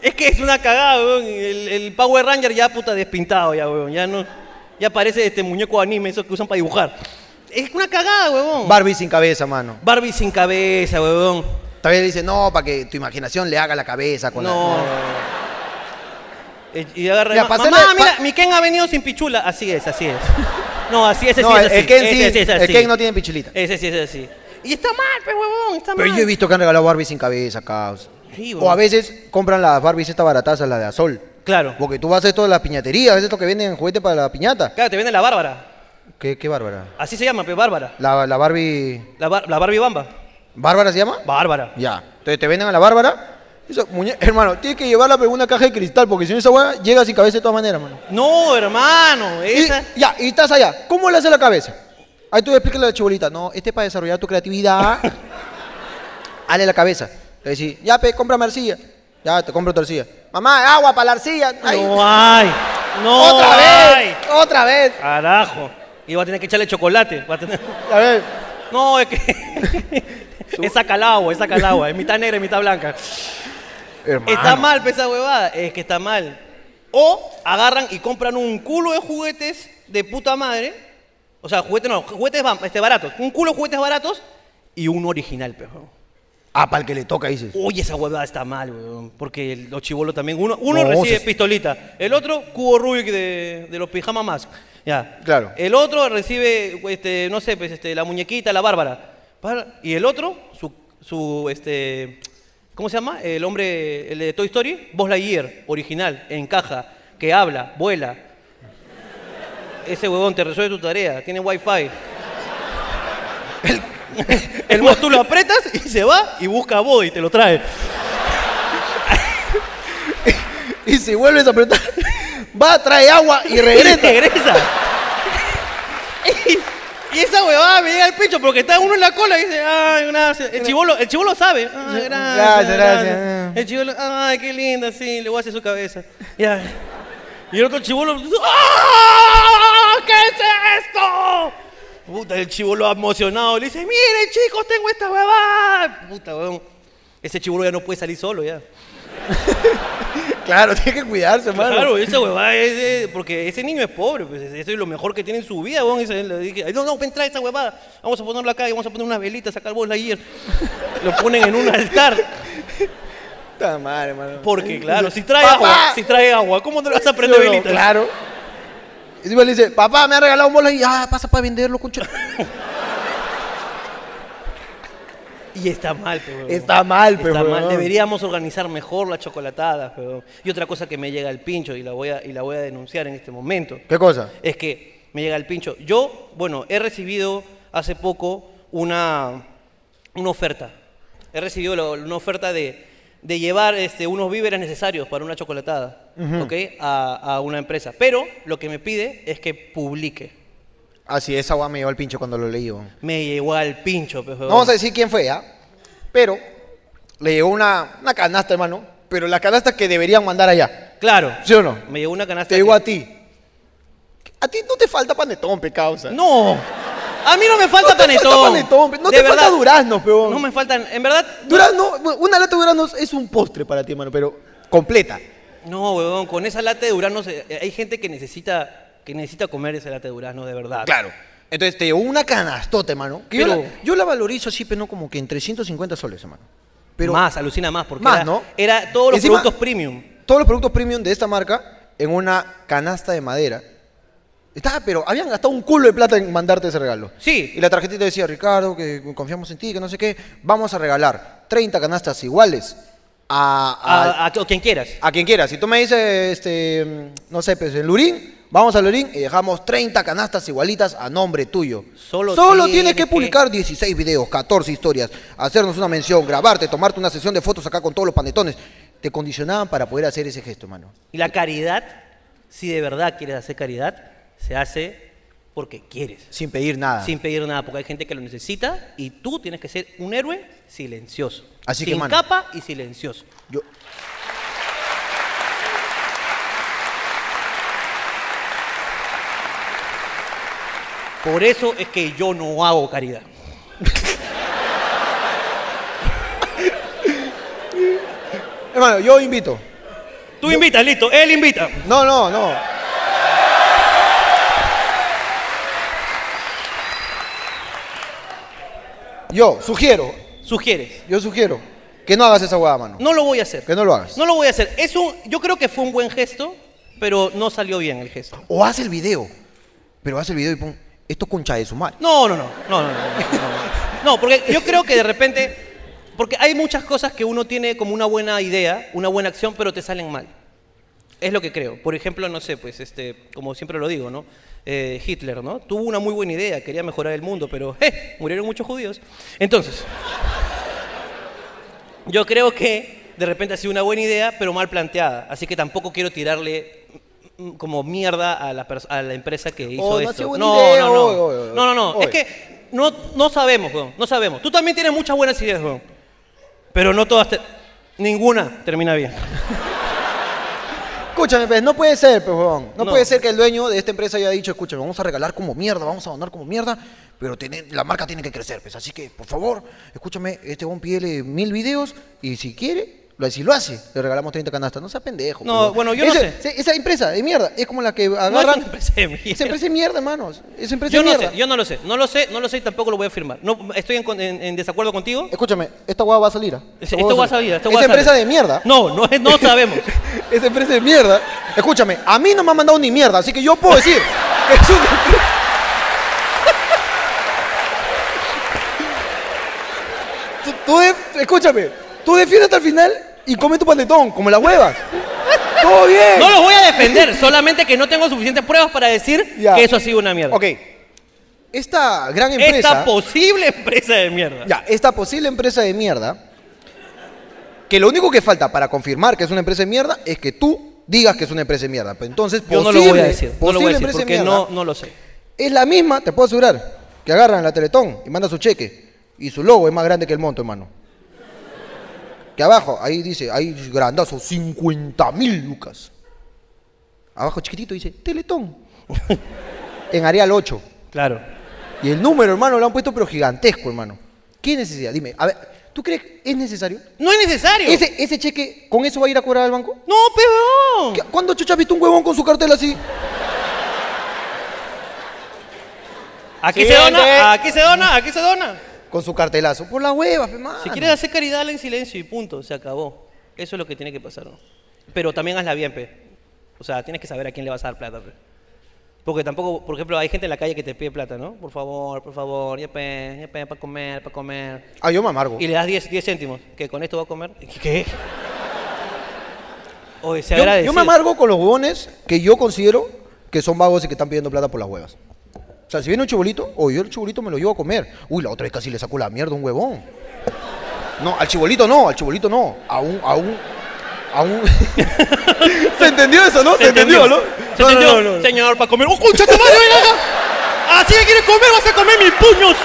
Speaker 3: Es que es una cagada, weón. El, el Power Ranger ya puta despintado, ya, weón. Ya no. Ya parece este muñeco anime, esos que usan para dibujar. Es una cagada, weón.
Speaker 1: Barbie sin cabeza, mano.
Speaker 3: Barbie sin cabeza, weón.
Speaker 1: Tal vez dice, no, para que tu imaginación le haga la cabeza con
Speaker 3: No.
Speaker 1: la-
Speaker 3: Eh, Y agarra.
Speaker 1: Ya,
Speaker 3: ma-
Speaker 1: pasarle-
Speaker 3: Mamá, mira,
Speaker 1: pa-
Speaker 3: mi Ken ha venido sin pichula. Así es, así es. No, así es, ese
Speaker 1: No,
Speaker 3: sí es
Speaker 1: el-
Speaker 3: así.
Speaker 1: el Ken sí,
Speaker 3: Ese es
Speaker 1: el
Speaker 3: así. Eh,
Speaker 1: Ken no tiene pichulita.
Speaker 3: Ese sí es así. Y está mal, pues, huevón, está mal.
Speaker 1: Pero yo he visto que han regalado Barbies sin cabeza, caos.
Speaker 3: Sí,
Speaker 1: O a
Speaker 3: huevón.
Speaker 1: veces compran las Barbies estas baratazas, las de Azol.
Speaker 3: Claro.
Speaker 1: Porque tú vas a esto de las piñaterías, es esto que venden juguete para la piñata.
Speaker 3: Claro, te viene la Bárbara.
Speaker 1: Qué, qué bárbara.
Speaker 3: Así se llama, pues, Bárbara.
Speaker 1: La, la Barbie.
Speaker 3: La, Bar- la Barbie Bamba.
Speaker 1: ¿Bárbara se llama?
Speaker 3: Bárbara.
Speaker 1: Ya. Entonces te venden a la Bárbara. Eso, muñe- Hermano, tienes que llevarla pero en una caja de cristal, porque si no esa hueá llega sin cabeza de todas maneras, mano.
Speaker 3: No, hermano,
Speaker 1: Y-
Speaker 3: esa.
Speaker 1: ya, y estás allá. ¿Cómo le hace la cabeza? Ahí tú le explicas a la chibolita. No, este es para desarrollar tu creatividad. Hale la cabeza. Le decís, ya, pe, cómprame arcilla. Ya, te compro tu arcilla. Mamá, agua para la arcilla. Ay,
Speaker 3: No hay. No
Speaker 1: ¡Otra
Speaker 3: hay.
Speaker 1: vez! ¡Otra vez!
Speaker 3: Carajo. Y va a tener que echarle chocolate. Va a tener...
Speaker 1: A ver,
Speaker 3: No, es que. esa calagua, esa calagua. Es mitad negra y mitad blanca.
Speaker 1: hermano.
Speaker 3: Está mal, pesa huevada. Es que está mal. O agarran y compran un culo de juguetes de puta madre. O sea, juguetes no, juguetes ba- este, baratos. Un culo de juguetes baratos y uno original, pejo.
Speaker 1: Ah, para el que le toca, dices.
Speaker 3: Oye, esa huevada está mal, weón. Porque el- los chivolos también. Uno, uno
Speaker 1: No,
Speaker 3: recibe
Speaker 1: se-
Speaker 3: pistolita. El otro, cubo Rubik de, de los pijamas más. Ya.
Speaker 1: Claro.
Speaker 3: El otro recibe, este, no sé, pues, este, la muñequita, la Bárbara. Para- Y el otro, su, su, este, ¿cómo se llama? El hombre, el de Toy Story, Buzz Lightyear, original, en caja, que habla, vuela. Ese huevón te resuelve tu tarea, tiene wifi. El bot tú lo apretas y se va y busca a vos y te lo trae.
Speaker 1: Y si vuelves a apretar, va, trae agua y
Speaker 3: Y
Speaker 1: regresa.
Speaker 3: regresa. y, y esa huevada me llega al pecho porque está uno en la cola y dice, ay, gracias. El chivolo, el chivolo sabe. Ay, gracias,
Speaker 1: Gracias,
Speaker 3: gracias,
Speaker 1: gracias.
Speaker 3: El chivolo, ay, qué linda, sí, le voy a hacer su cabeza. Ya. Y el otro chivolo, ¡ah! ¿Qué es esto? Puta, el chivolo emocionado le dice, miren chicos, tengo esta huevada. Puta, huevón. Ese chivolo ya no puede salir solo ya.
Speaker 1: Claro, tiene que cuidarse, hermano.
Speaker 3: Claro, esa huevada es de- porque ese niño es pobre, pues eso es lo mejor que tiene en su vida, weón. y se- le dije, "Ay, no, no, ven, trae esa huevada, vamos a ponerlo acá y vamos a poner unas velitas, sacar bola ayer. lo ponen en un altar,
Speaker 1: Puta madre, hermano.
Speaker 3: porque claro, si trae
Speaker 1: Papá.
Speaker 3: agua, si trae agua, ¿cómo te lo vas a prender
Speaker 1: Sí o no,
Speaker 3: velitas?
Speaker 1: Claro. Y encima le dice, papá, me ha regalado un bola y ah, pasa para venderlo, concha.
Speaker 3: Y está mal, pe, huevón.
Speaker 1: Está mal, pues, pe,
Speaker 3: Está mal.
Speaker 1: huevón.
Speaker 3: Deberíamos organizar mejor las chocolatadas, pe, huevón. Y otra cosa que me llega al pincho y la voy a, y la voy a denunciar en este momento.
Speaker 1: ¿Qué cosa?
Speaker 3: es que me llega el pincho. Yo, bueno, he recibido hace poco una, una oferta. He recibido lo- una oferta de, de llevar este, unos víveres necesarios para una chocolatada, ¿ok? A, a una empresa. Pero lo que me pide es que publique.
Speaker 1: Así, esa guá me llevó al pincho cuando lo leí. weón.
Speaker 3: Me llegó al pincho, pues,
Speaker 1: No
Speaker 3: huevón.
Speaker 1: vamos a decir quién fue, ¿ah? Pero le llegó una, una canasta, hermano. Pero la canasta que deberían mandar allá.
Speaker 3: Claro.
Speaker 1: ¿Sí o no?
Speaker 3: Me llegó una canasta.
Speaker 1: Te llegó
Speaker 3: que-
Speaker 1: a ti. A ti no te falta panetón, pe causa.
Speaker 3: No. A mí no me falta
Speaker 1: No te falta
Speaker 3: panetón.
Speaker 1: panetón, pe. No
Speaker 3: De
Speaker 1: te falta
Speaker 3: verdad.
Speaker 1: durazno, peón.
Speaker 3: No me faltan. En verdad,
Speaker 1: Durazno, una lata de duraznos es un postre para ti, hermano, pero completa.
Speaker 3: No, huevón, con esa lata de duraznos eh, hay gente que necesita que necesita comer esa lata de duraznos de verdad.
Speaker 1: Ah, Entonces te llegó una canastota, hermano. que yo,
Speaker 3: Pero-
Speaker 1: la, yo la valorizo así, pero no como que en 350 soles, hermano. Pero
Speaker 3: más, alucina más porque
Speaker 1: Más,
Speaker 3: era,
Speaker 1: ¿no?
Speaker 3: era todos los
Speaker 1: Encima-
Speaker 3: productos premium.
Speaker 1: todos los productos premium de esta marca en una canasta de madera. Estaba, pero habían gastado un culo de plata en mandarte ese regalo.
Speaker 3: Sí.
Speaker 1: Y la tarjetita decía, Ricardo, que confiamos en ti, que no sé qué, vamos a regalar 30 canastas iguales a, a-
Speaker 3: A, a- o quien quieras.
Speaker 1: a quien quiera. Si tú me dices, este, mm, no sé, pues el Lurín, vamos al Lurín y dejamos 30 canastas igualitas a nombre tuyo.
Speaker 3: Solo
Speaker 1: tienes
Speaker 3: tienes
Speaker 1: que
Speaker 3: que-
Speaker 1: publicar 16 videos, 14 historias, hacernos una mención, grabarte, tomarte una sesión de fotos acá con todos los panetones. Te condicionaban para poder hacer ese gesto, hermano.
Speaker 3: Y la caridad, si de verdad quieres hacer caridad, se hace porque quieres.
Speaker 1: Sin pedir nada.
Speaker 3: Sin pedir nada, porque hay gente que lo necesita y tú tienes que ser un héroe silencioso.
Speaker 1: Así que,
Speaker 3: sin
Speaker 1: mano.
Speaker 3: capa y silencioso.
Speaker 1: Yo-
Speaker 3: Por eso es que yo no hago caridad.
Speaker 1: Hermano, yo invito.
Speaker 3: Tú invitas, listo, él invita.
Speaker 1: No, no, no. Yo sugiero,
Speaker 3: Sugieres.
Speaker 1: yo sugiero que no hagas esa hueá, mano.
Speaker 3: No lo voy a hacer.
Speaker 1: Que no lo hagas.
Speaker 3: No lo voy a hacer. Eso, yo creo que fue un buen gesto, pero no salió bien el gesto.
Speaker 1: O haz el video. Pero haz el video y pon, esto es concha de su madre.
Speaker 3: No, no, no, no, no, no, no, no. No, porque yo creo que de repente, porque hay muchas cosas que uno tiene como una buena idea, una buena acción, pero te salen mal. Es lo que creo. Por ejemplo, no sé, pues, este, como siempre lo digo, ¿no? Eh, Hitler, ¿no? Tuvo una muy buena idea, quería mejorar el mundo, pero ¡eh! Murieron muchos judíos. Entonces, yo creo que de repente ha sido una buena idea, pero mal planteada. Así que tampoco quiero tirarle mm, mm, como mierda a la, pers- a la empresa que hizo
Speaker 1: Oh, no ha
Speaker 3: esto.
Speaker 1: sido buena idea, oy, oy, oy.
Speaker 3: no, no, no.
Speaker 1: Oy.
Speaker 3: Es que no, no sabemos, weón. No sabemos. Tú también tienes muchas buenas ideas, weón. Pero no todas. te- Ninguna termina bien.
Speaker 1: Escúchame, pues, no puede ser, pues, huevón. No,
Speaker 3: No.
Speaker 1: puede ser que el dueño de esta empresa haya dicho, escúchame, vamos a regalar como mierda, vamos a donar como mierda, pero tiene- la marca tiene que crecer, pues. Así que, por favor, escúchame, este huevón pídele mil videos y si quiere, lo, si lo hace, le regalamos 30 canastas. No sea pendejo.
Speaker 3: No,
Speaker 1: pues, huevón.
Speaker 3: bueno, yo no
Speaker 1: Ese-
Speaker 3: sé.
Speaker 1: se- Esa empresa de mierda es como la que agarran...
Speaker 3: empresa de mierda.
Speaker 1: Esa empresa de mierda, hermanos. Esa empresa
Speaker 3: Yo
Speaker 1: de
Speaker 3: no
Speaker 1: mierda.
Speaker 3: sé, yo no lo sé, no lo sé, no lo sé y tampoco lo voy a firmar. No, estoy en, con- en- en desacuerdo contigo.
Speaker 1: Escúchame, esta hueá va a salir. ¿ah? Esta
Speaker 3: Esto
Speaker 1: hueá
Speaker 3: va a salir, esto va
Speaker 1: Esa
Speaker 3: a salir.
Speaker 1: empresa de mierda.
Speaker 3: No, no, no sabemos.
Speaker 1: Esa empresa de mierda. Escúchame, a mí no me han mandado ni mierda, así que yo puedo decir que es una empresa- Tú, tú de- escúchame, tú defiendes hasta el final y come tu panetón, como las huevas. Todo bien.
Speaker 3: No los voy a defender, solamente que no tengo suficientes pruebas para decir
Speaker 1: Ya.
Speaker 3: que eso ha sido una mierda.
Speaker 1: Ok. Esta gran empresa.
Speaker 3: Esta posible empresa de mierda.
Speaker 1: Ya, esta posible empresa de mierda, que lo único que falta para confirmar que es una empresa de mierda es que tú digas que es una empresa de mierda. Pues entonces,
Speaker 3: Yo no lo
Speaker 1: posible-
Speaker 3: voy a decir, no lo voy
Speaker 1: posible
Speaker 3: a decir
Speaker 1: empresa de
Speaker 3: porque
Speaker 1: mierda
Speaker 3: no, no lo sé.
Speaker 1: Es la misma, te puedo asegurar, que agarran la Teletón y mandan su cheque. Y su logo es más grande que el monto, hermano. Que abajo, ahí dice, ahí grandazo, 50 mil lucas. Abajo chiquitito dice, Teletón. en Arial 8.
Speaker 3: Claro.
Speaker 1: Y el número, hermano, lo han puesto pero gigantesco, hermano. ¿Qué necesidad? Dime, a ver, ¿tú crees que es necesario?
Speaker 3: No es necesario.
Speaker 1: ¿Ese, ese cheque, con eso va a ir a cobrar al banco?
Speaker 3: No, peón.
Speaker 1: ¿Qué- ¿Cuándo chucha has visto un huevón con su cartel así?
Speaker 3: Aquí se
Speaker 2: Siguiente.
Speaker 3: dona, aquí se dona, aquí se dona.
Speaker 1: Con su cartelazo. Por las huevas, hermano.
Speaker 3: Si quieres hacer caridad, hazla en silencio y punto, se acabó. Eso es lo que tiene que pasar, ¿no? Pero también hazla bien, pe. O sea, tienes que saber a quién le vas a dar plata, pe. Porque tampoco, por ejemplo, hay gente en la calle que te pide plata, ¿no? Por favor, por favor, ya pe, ya pe, para comer, para comer.
Speaker 1: Ah, yo me amargo.
Speaker 3: Y le das 10, 10 céntimos, que con esto va a comer. ¿Qué? Oye, se
Speaker 1: Yo,
Speaker 3: agradece.
Speaker 1: yo me amargo con los huevones que yo considero que son vagos y que están pidiendo plata por las huevas. O sea, si viene un chibolito, o yo el chibolito me lo llevo a comer. Uy, la otra vez casi le saco la mierda a un huevón. No, al chibolito no, al chibolito no. A un, a un, a un... ¿Se entendió eso, no? ¿Se, entendió, no?
Speaker 3: Se
Speaker 1: No, no,
Speaker 3: entendió,
Speaker 1: no, no.
Speaker 3: señor, para comer. ¡Oh, concha tu madre, ven acá! ¡Así que quieres comer, vas a comer mis puños!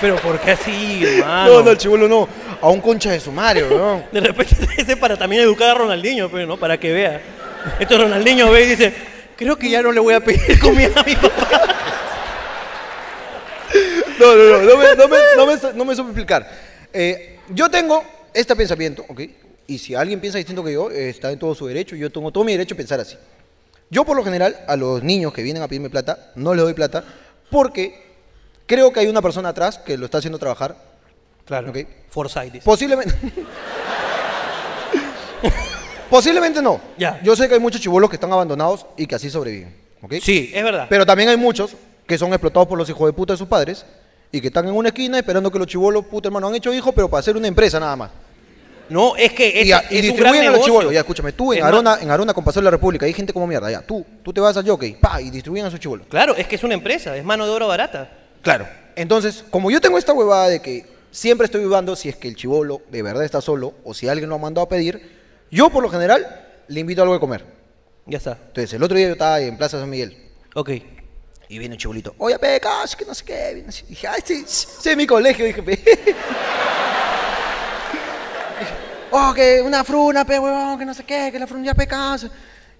Speaker 3: Pero ¿por qué así, hermano?
Speaker 1: No, no, al chibolo no. A un concha de su madre, weón.
Speaker 3: De repente ese es para también educar a Ronaldinho, pero no, para que vea. Esto Ronaldinho ve y dice, creo que ya no le voy a pedir comida a mi papá.
Speaker 1: No, no, no, no me, no me, no me su- no me supe explicar. Eh, yo tengo este pensamiento, ¿ok? Y si alguien piensa distinto que yo, eh, está en todo su derecho, y yo tengo todo mi derecho a pensar así. Yo por lo general a los niños que vienen a pedirme plata, no les doy plata, porque creo que hay una persona atrás que lo está haciendo trabajar.
Speaker 3: Claro.
Speaker 1: Ok.
Speaker 3: Forsyth dice.
Speaker 1: Posiblemente... Posiblemente no.
Speaker 3: Ya.
Speaker 1: Yo sé que hay muchos chivolos que están abandonados y que así sobreviven. ¿ok?
Speaker 3: Sí, es verdad.
Speaker 1: Pero también hay muchos que son explotados por los hijos de puta de sus padres y que están en una esquina esperando que los chivolos, puta hermano, han hecho hijos, pero para hacer una empresa nada más.
Speaker 3: No, es que es,
Speaker 1: y, a- y
Speaker 3: es un gran
Speaker 1: distribuyen a los
Speaker 3: negocio.
Speaker 1: chivolos. Ya, escúchame, tú en
Speaker 3: Es más-
Speaker 1: Arona, en Arona con Paseo de la República, hay gente como mierda, ya. Tú, tú te vas al jockey, pa, y distribuyen a sus chivolos.
Speaker 3: Claro, es que es una empresa, es mano de obra barata.
Speaker 1: Claro. Entonces, como yo tengo esta huevada de que siempre estoy dudando si es que el chivolo de verdad está solo o si alguien lo ha mandado a pedir, yo por lo general le invito a algo de comer.
Speaker 3: Ya está.
Speaker 1: Entonces, el otro día yo estaba en Plaza San Miguel
Speaker 3: Ok.
Speaker 1: y viene el chibolito, oye, pecas, que no sé qué. viene así. Dije, ay, sí, sí, sí, mi colegio. Dije, pe. oh, que una fruna, pe, huevón, que no sé qué, que la fruna ya pecas.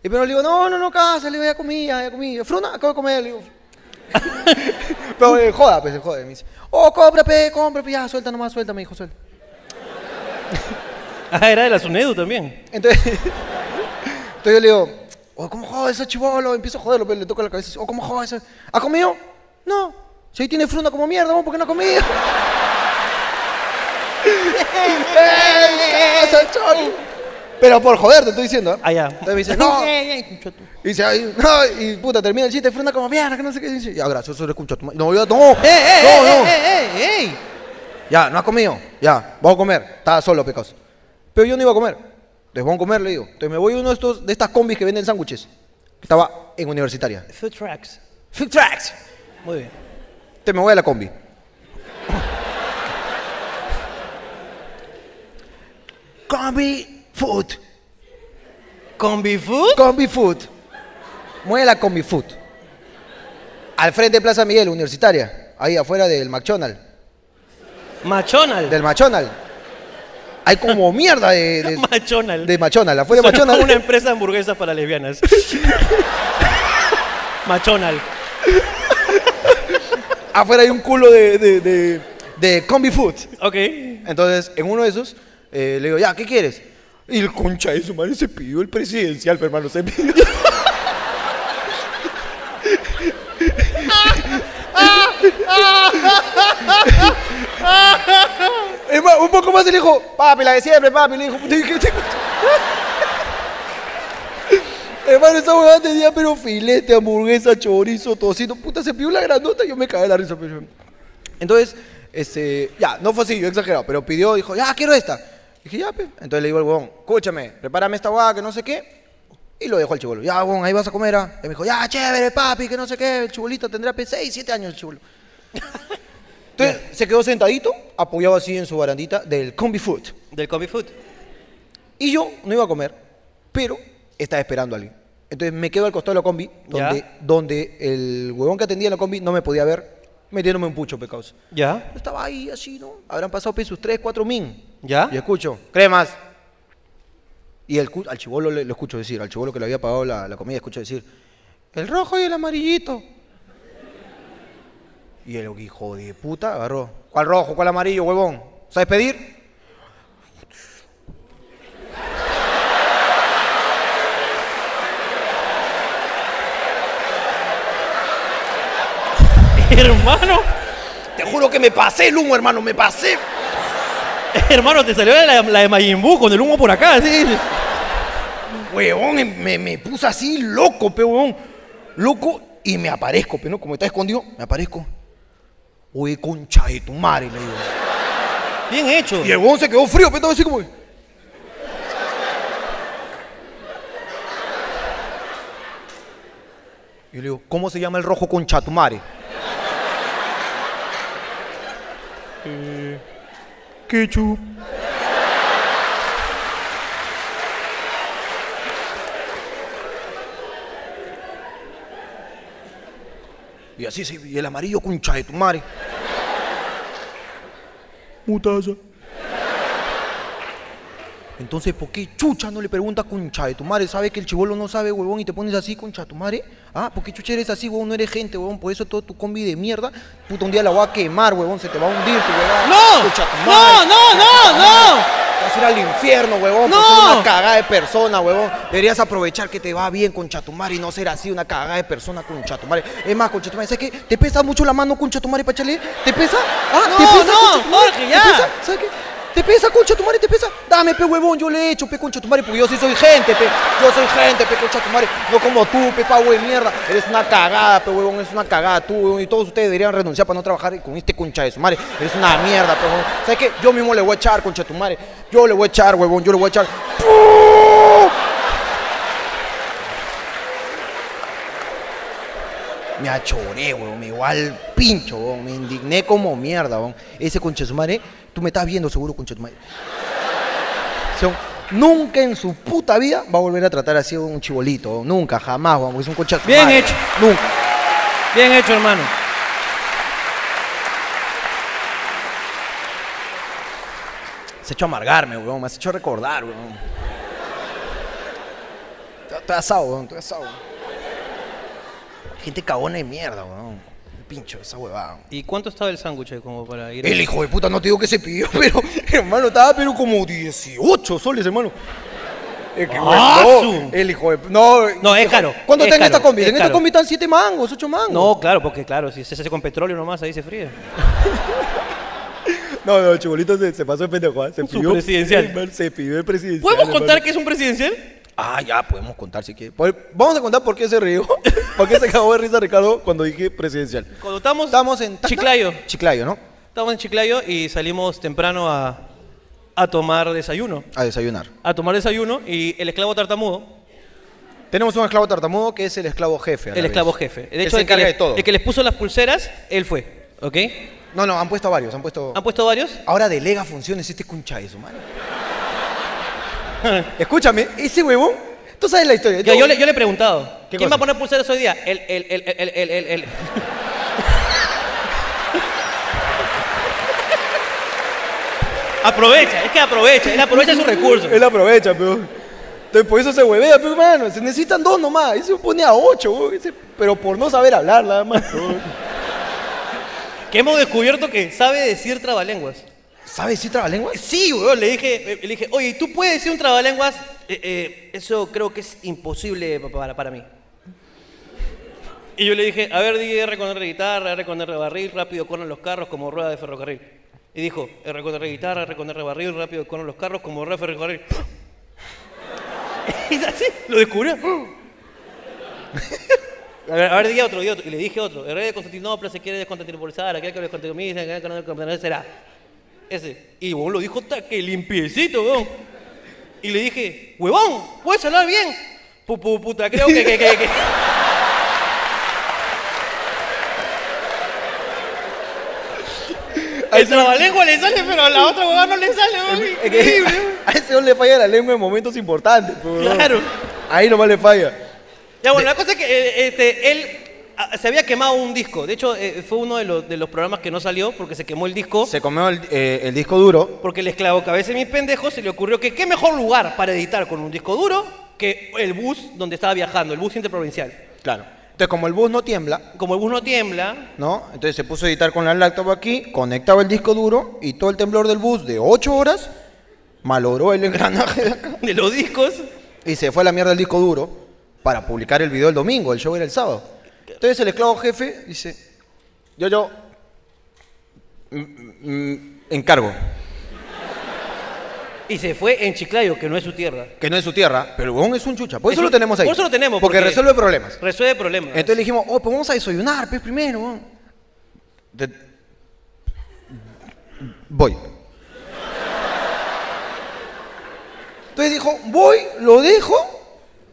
Speaker 1: Y pero le digo, no, no, no, casa, le digo, ya comí, ya ya comí. Fruna, acabo de comer, le digo. pero eh, joda, pues, joda. Me dice, oh, compra, pe, compra, pe, ya, suelta nomás, suelta, me dijo, suelta.
Speaker 3: Ah, era de la SUNEDU también.
Speaker 1: Entonces, entonces yo le digo, oh, ¿cómo joda ese chivolo? Empiezo a joderlo, pero le toco la cabeza y dice, oh, ¿cómo joda ese? ¿Ha comido? No. Si ahí tiene fruna como mierda, ¿no? ¿por qué no ha comido? ¡Ey, casa, cholo! Pero por joder, te estoy diciendo. ¿eh?
Speaker 3: Ah, ya.
Speaker 1: Entonces me dice, no. Y dice, ay, no, y puta, termina el chiste, fruna como mierda, que no sé qué. Y dice, ya, gracioso, le escucho a tu madre. No, yo, no,
Speaker 3: ¡Eh, eh,
Speaker 1: no,
Speaker 3: eh,
Speaker 1: no.
Speaker 3: eh, eh, eh, eh!
Speaker 1: Ya, no ha comido. Ya, vamos a comer. Estaba solo, pecados. Pero yo no iba a comer. Entonces vamos a comer, le digo. Entonces me voy a uno de, estos, de estas combis que venden sándwiches. Estaba en universitaria.
Speaker 3: Food tracks.
Speaker 1: Food tracks.
Speaker 3: Muy bien.
Speaker 1: Entonces me voy a la combi. combi food.
Speaker 3: ¿Combi food?
Speaker 1: Combi food. Me voy a la combi food. Al frente de Plaza Miguel, universitaria. Ahí afuera del McDonald's.
Speaker 3: Machonal.
Speaker 1: Del McDonald's. Hay como mierda de... de-
Speaker 3: Machonal.
Speaker 1: de Machonal, afuera de
Speaker 3: Suena
Speaker 1: Machonal.
Speaker 3: Una empresa de hamburguesas para lesbianas. Machonal.
Speaker 1: afuera hay un culo de, de, de- de combi food.
Speaker 3: Ok.
Speaker 1: Entonces, en uno de esos, eh, le digo, ya, ¿qué quieres?
Speaker 2: Y el concha de su madre se pidió el presidencial, pe, hermano. Se pidió.
Speaker 1: Es más, un poco más y le dijo, papi, la de siempre, papi. Le dijo, "Puta, ¿qué te- Hermano, esa huevada tenía pero filete, hamburguesa, chorizo, tocino. Puta, se pidió la grandota y yo me cagué la risa. pero- Entonces, este, ya, no fue así, yo he exagerado, pero pidió, dijo, ya, quiero esta. Dije, ya, pe. Entonces le digo al huevón, escúchame, prepárame esta huevada que no sé qué. Y lo dejó al chivolo. Ya, huevón, ahí vas a comer. ah". Y me dijo, ya, chévere, papi, que no sé qué. El chibolito tendrá 6, 7 años el chivolo. Entonces se quedó sentadito, apoyado así en su barandita del combi food.
Speaker 3: Del combi food.
Speaker 1: Y yo no iba a comer, pero estaba esperando a alguien. Entonces me quedo al costado de la combi, donde,
Speaker 3: Ya.
Speaker 1: donde el huevón que atendía la combi no me podía ver, metiéndome un pucho, pecados.
Speaker 3: ¿Ya?
Speaker 1: Yo estaba ahí así, ¿no? Habrán pasado pues, sus 3, 4 min.
Speaker 3: ¿Ya?
Speaker 1: Y escucho, cremas. Y el, cu- al chivolo le, lo escucho decir, al chivolo que le había pagado la, la comida, escucho decir, el rojo y el amarillito. Y el hijo de puta agarró, ¿cuál rojo, cuál amarillo, huevón? ¿Sabes pedir?
Speaker 3: Hermano.
Speaker 1: Te juro que me pasé el humo, hermano, me pasé.
Speaker 3: Hermano, te salió la, la de Majin Buu con el humo por acá. ¿sí?
Speaker 1: Huevón, em, me, me puse así loco, pe, huevón. Loco y me aparezco, pe, ¿no? Como está escondido, me aparezco. Oye, concha de tu madre, le digo.
Speaker 3: Bien hecho.
Speaker 1: Y el huevón se quedó frío, pero estaba así como. que- Y le digo, ¿cómo se llama el rojo con chatumare?
Speaker 2: Quechu.
Speaker 1: Y así se y el amarillo con chatumare.
Speaker 2: Mutaza.
Speaker 1: Entonces, ¿por qué chucha no le preguntas con chatumare? ¿Sabes que el chivolo no sabe, huevón, y te pones así con chatumare? Ah, ¿por qué chucha eres así, huevón? No eres gente, huevón. Por eso todo tu combi de mierda, puta, un día la voy a quemar, huevón. Se te va a hundir tu huevada.
Speaker 3: ¡No!
Speaker 1: Con Chatumare.
Speaker 3: ¡No, no, no, no!
Speaker 1: Vas a ir al infierno, huevón, por
Speaker 3: ¡No!
Speaker 1: ser una cagada de persona, huevón. Deberías aprovechar que te va bien con Chatumare y no ser así una cagada de persona con Chatumare. Es más, con Chatumare, ¿sabes qué? ¿Te pesa mucho la mano con Chatumare para echarle? ¿Te pesa? ¿Ah,
Speaker 3: No,
Speaker 1: ¿Te pesa
Speaker 3: no,
Speaker 1: con Chatumare?
Speaker 3: Jorge,
Speaker 1: ¿Te
Speaker 3: ya.
Speaker 1: pesa? ¿Sabes qué? ¿Te pesa, concha tu madre? ¿Te pesa? Dame, pe huevón, yo le echo, pe concha tu madre, porque yo sí soy gente, pe. Yo soy gente, pe concha tu madre. No como tú, pe pavo de mierda. Eres una cagada, pe huevón, eres una cagada tú, huevón. Y todos ustedes deberían renunciar para no trabajar con este concha de su madre. Eres una mierda, pe huevón. ¿Sabes qué? Yo mismo le voy a echar, concha tu madre. Yo le voy a echar, huevón, yo le voy a echar. Me achoré, weón, me igual pincho, weón, me indigné como mierda, weón. Ese concha de su madre, tú me estás viendo seguro, concha de tu madre. O sea, nunca en su puta vida va a volver a tratar así a un chibolito, weón. nunca, jamás, weón, porque es un concha de su
Speaker 3: Bien
Speaker 1: madre.
Speaker 3: hecho.
Speaker 1: Nunca.
Speaker 3: Bien hecho, hermano.
Speaker 1: Me has hecho amargarme, weón, me has hecho recordar, weón. Estoy- Estoy asado, weón, estoy asado. weón. Gente cagona de mierda, weón. Pincho, esa huevada, weón.
Speaker 3: ¿Y cuánto estaba el sándwich ahí como para ir? a-
Speaker 1: El hijo de puta, no te digo que se pidió, pero hermano, estaba pero como 18 soles, hermano. Es que, güey,
Speaker 3: ¡Ah,
Speaker 1: no,
Speaker 3: su!
Speaker 1: el hijo de... No,
Speaker 3: No, es caro.
Speaker 1: ¿Cuánto
Speaker 3: es
Speaker 1: está en
Speaker 3: caro,
Speaker 1: esta combi?
Speaker 3: es
Speaker 1: En esta
Speaker 3: caro.
Speaker 1: combi están 7 mangos, 8 mangos.
Speaker 3: No, claro, porque claro, si se hace con petróleo nomás, ahí se fríe.
Speaker 1: no, no, el chibolito se, se pasó de pendejo. ¿ah? Se
Speaker 3: Su presidencial.
Speaker 1: hermano, Se pidió el presidencial.
Speaker 3: ¿Podemos contar
Speaker 1: hermano.
Speaker 3: que es un presidencial?
Speaker 1: Ah, ya, podemos contar si quieres. Pues, Vamos a contar por qué se rió. ¿Por qué se acabó de risa Ricardo cuando dije presidencial?
Speaker 3: Cuando estamos,
Speaker 1: Estamos en... Tacna.
Speaker 3: Chiclayo.
Speaker 1: Chiclayo, ¿no?
Speaker 3: Estamos en Chiclayo y salimos temprano a, a tomar desayuno.
Speaker 1: A desayunar.
Speaker 3: A tomar desayuno y el esclavo tartamudo,
Speaker 1: Tenemos un esclavo tartamudo que es el esclavo jefe. a la
Speaker 3: el
Speaker 1: vez.
Speaker 3: esclavo jefe. De
Speaker 1: Que
Speaker 3: hecho,
Speaker 1: se
Speaker 3: el que,
Speaker 1: encarga
Speaker 3: le-
Speaker 1: de todo.
Speaker 3: el que les puso las pulseras, él fue. ¿Ok?
Speaker 1: No, no, han puesto a varios, han puesto...
Speaker 3: ¿Han puesto varios?
Speaker 1: Ahora delega funciones este concha de su madre. Escúchame, ese huevón, tú sabes la historia.
Speaker 3: Yo, yo le, yo le he preguntado.
Speaker 1: ¿Qué
Speaker 3: ¿Quién
Speaker 1: cosa?
Speaker 3: va a poner pulseras hoy día? El, el, el, el, el, el, el- aprovecha, es que aprovecha, él aprovecha sus recursos.
Speaker 1: Él aprovecha, pero. Entonces, por eso se huevea, pero hermano, se necesitan dos nomás. Ese pone a ocho, huevón, ese- pero por no saber hablar nada más. huevón.
Speaker 3: Que hemos descubierto que sabe decir trabalenguas.
Speaker 1: ¿Sabes si trabalenguas?
Speaker 3: Sí, weón, le dije, eh, le dije, oye, ¿tú puedes decir un trabalenguas? Eh, eh, eso creo que es imposible pa- para, para mí. Y yo le dije, a ver, di R con R de guitarra, R con R de barril, rápido corren los carros como rueda de ferrocarril. Y dijo, R con R de guitarra, R con R de barril, rápido corren los carros como rueda de ferrocarril. Es así, lo descubrió. A ver, a ver, di otro, di otro. Y le dije otro, R de Constantinopla se quiere desconstantinopolizar, aquel que lo descontinopla, aquel que no descontinopla, será. Ese. Y vos lo dijo hasta que limpiecito, weón. Y le dije, huevón, ¿puedes hablar bien? Pu- pu- puta, creo que, que, que, que- El trabalengua le sale, pero a la otra huevón no le sale, weón.
Speaker 1: Es que
Speaker 3: Increíble, weón.
Speaker 1: a ese hombre le falla la lengua en momentos importantes, pues, huevón.
Speaker 3: Claro.
Speaker 1: Ahí nomás le falla.
Speaker 3: Ya, bueno, la cosa es que eh, este, él ah, se había quemado un disco. De hecho, eh, fue uno de los, de los programas que no salió porque se quemó el disco.
Speaker 1: Se comió el, eh, el disco duro.
Speaker 3: Porque el esclavo cabeza de mis pendejos se le ocurrió que qué mejor lugar para editar con un disco duro que el bus donde estaba viajando, el bus interprovincial.
Speaker 1: Claro. Entonces, como el bus no tiembla,
Speaker 3: Como el bus no tiembla,
Speaker 1: ¿no? Entonces se puso a editar con la laptop aquí, conectaba el disco duro y todo el temblor del bus de 8 horas malogró el engranaje de acá
Speaker 3: de los discos,
Speaker 1: y se fue a la mierda el disco duro para publicar el video el domingo, el show era el sábado. Entonces el esclavo jefe dice, yo, yo, mm, mm, encargo,
Speaker 3: y se fue en Chiclayo, que no es su tierra.
Speaker 1: que no es su tierra, pero el huevón es un chucha, por
Speaker 3: Es
Speaker 1: eso
Speaker 3: un-
Speaker 1: lo tenemos ahí.
Speaker 3: por eso lo tenemos,
Speaker 1: Porque,
Speaker 3: porque-
Speaker 1: resuelve problemas.
Speaker 3: Resuelve problemas.
Speaker 1: Entonces le dijimos, oh, pues vamos a desayunar, pues primero. weón". De- Voy. Entonces dijo, voy, lo dejo,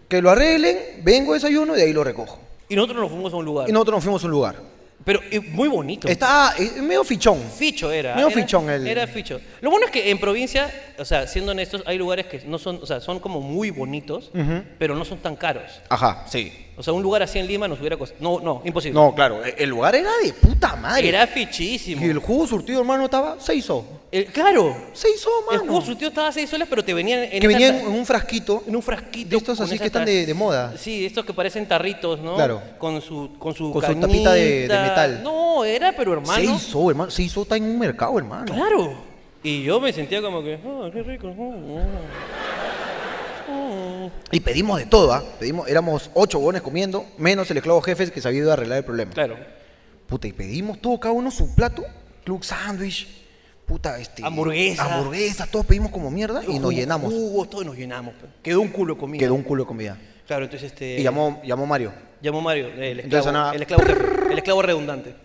Speaker 1: que lo arreglen, vengo a desayuno y de ahí lo recojo.
Speaker 3: y nosotros nos fuimos a un lugar.
Speaker 1: Y nosotros nos fuimos a un lugar.
Speaker 3: Pero eh, muy bonito.
Speaker 1: Está eh, medio fichón.
Speaker 3: Ficho era.
Speaker 1: Medio
Speaker 3: era-
Speaker 1: fichón el-
Speaker 3: Era ficho. Lo bueno es que en provincia, o sea, siendo honestos, hay lugares que no son, o sea, son como muy bonitos, pero no son tan caros.
Speaker 1: Ajá, sí.
Speaker 3: O sea, un lugar así en Lima nos hubiera costado. No, no, imposible.
Speaker 1: No, claro, e- el lugar era de puta madre.
Speaker 3: Era fichísimo.
Speaker 1: Y el jugo surtido, hermano, estaba seis so.
Speaker 3: Eh, claro.
Speaker 1: Seis so,
Speaker 3: El
Speaker 1: mano.
Speaker 3: jugo surtido estaba a 6 soles, pero te venían en,
Speaker 1: que
Speaker 3: esa
Speaker 1: venía en,
Speaker 3: ta-
Speaker 1: en un frasquito.
Speaker 3: en un frasquito.
Speaker 1: de estos
Speaker 3: con
Speaker 1: así
Speaker 3: esa
Speaker 1: que están de-
Speaker 3: tar-
Speaker 1: de moda.
Speaker 3: Sí, estos que parecen tarritos, ¿no?
Speaker 1: Claro.
Speaker 3: Con su Con su,
Speaker 1: Con su tapita de- de
Speaker 3: canita.
Speaker 1: metal.
Speaker 3: No, era, pero hermano.
Speaker 1: Seis so, hermano. Seis so está en un mercado, hermano.
Speaker 3: Claro. Y yo me sentía como que, oh, qué rico. Ah". oh, oh".
Speaker 1: Y pedimos de todo, ¿ah? Pedimos, éramos ocho huevones comiendo, menos el esclavo jefe que sabía arreglar el problema.
Speaker 3: Claro.
Speaker 1: Puta, y pedimos todo, cada uno su plato, club sándwich, puta, este.
Speaker 3: Hamburguesa.
Speaker 1: Hamburguesas, todos pedimos como mierda y nos
Speaker 3: Jugos,
Speaker 1: llenamos.
Speaker 3: Jugos, todo y nos llenamos. pe. Quedó un culo de comida.
Speaker 1: Quedó un culo de comida.
Speaker 3: Claro, entonces este.
Speaker 1: Y llamó, llamó Mario.
Speaker 3: llamó Mario, el
Speaker 1: Entonces
Speaker 3: esclavo.
Speaker 1: sonaba-
Speaker 3: el, esclavo jefe, el esclavo redundante.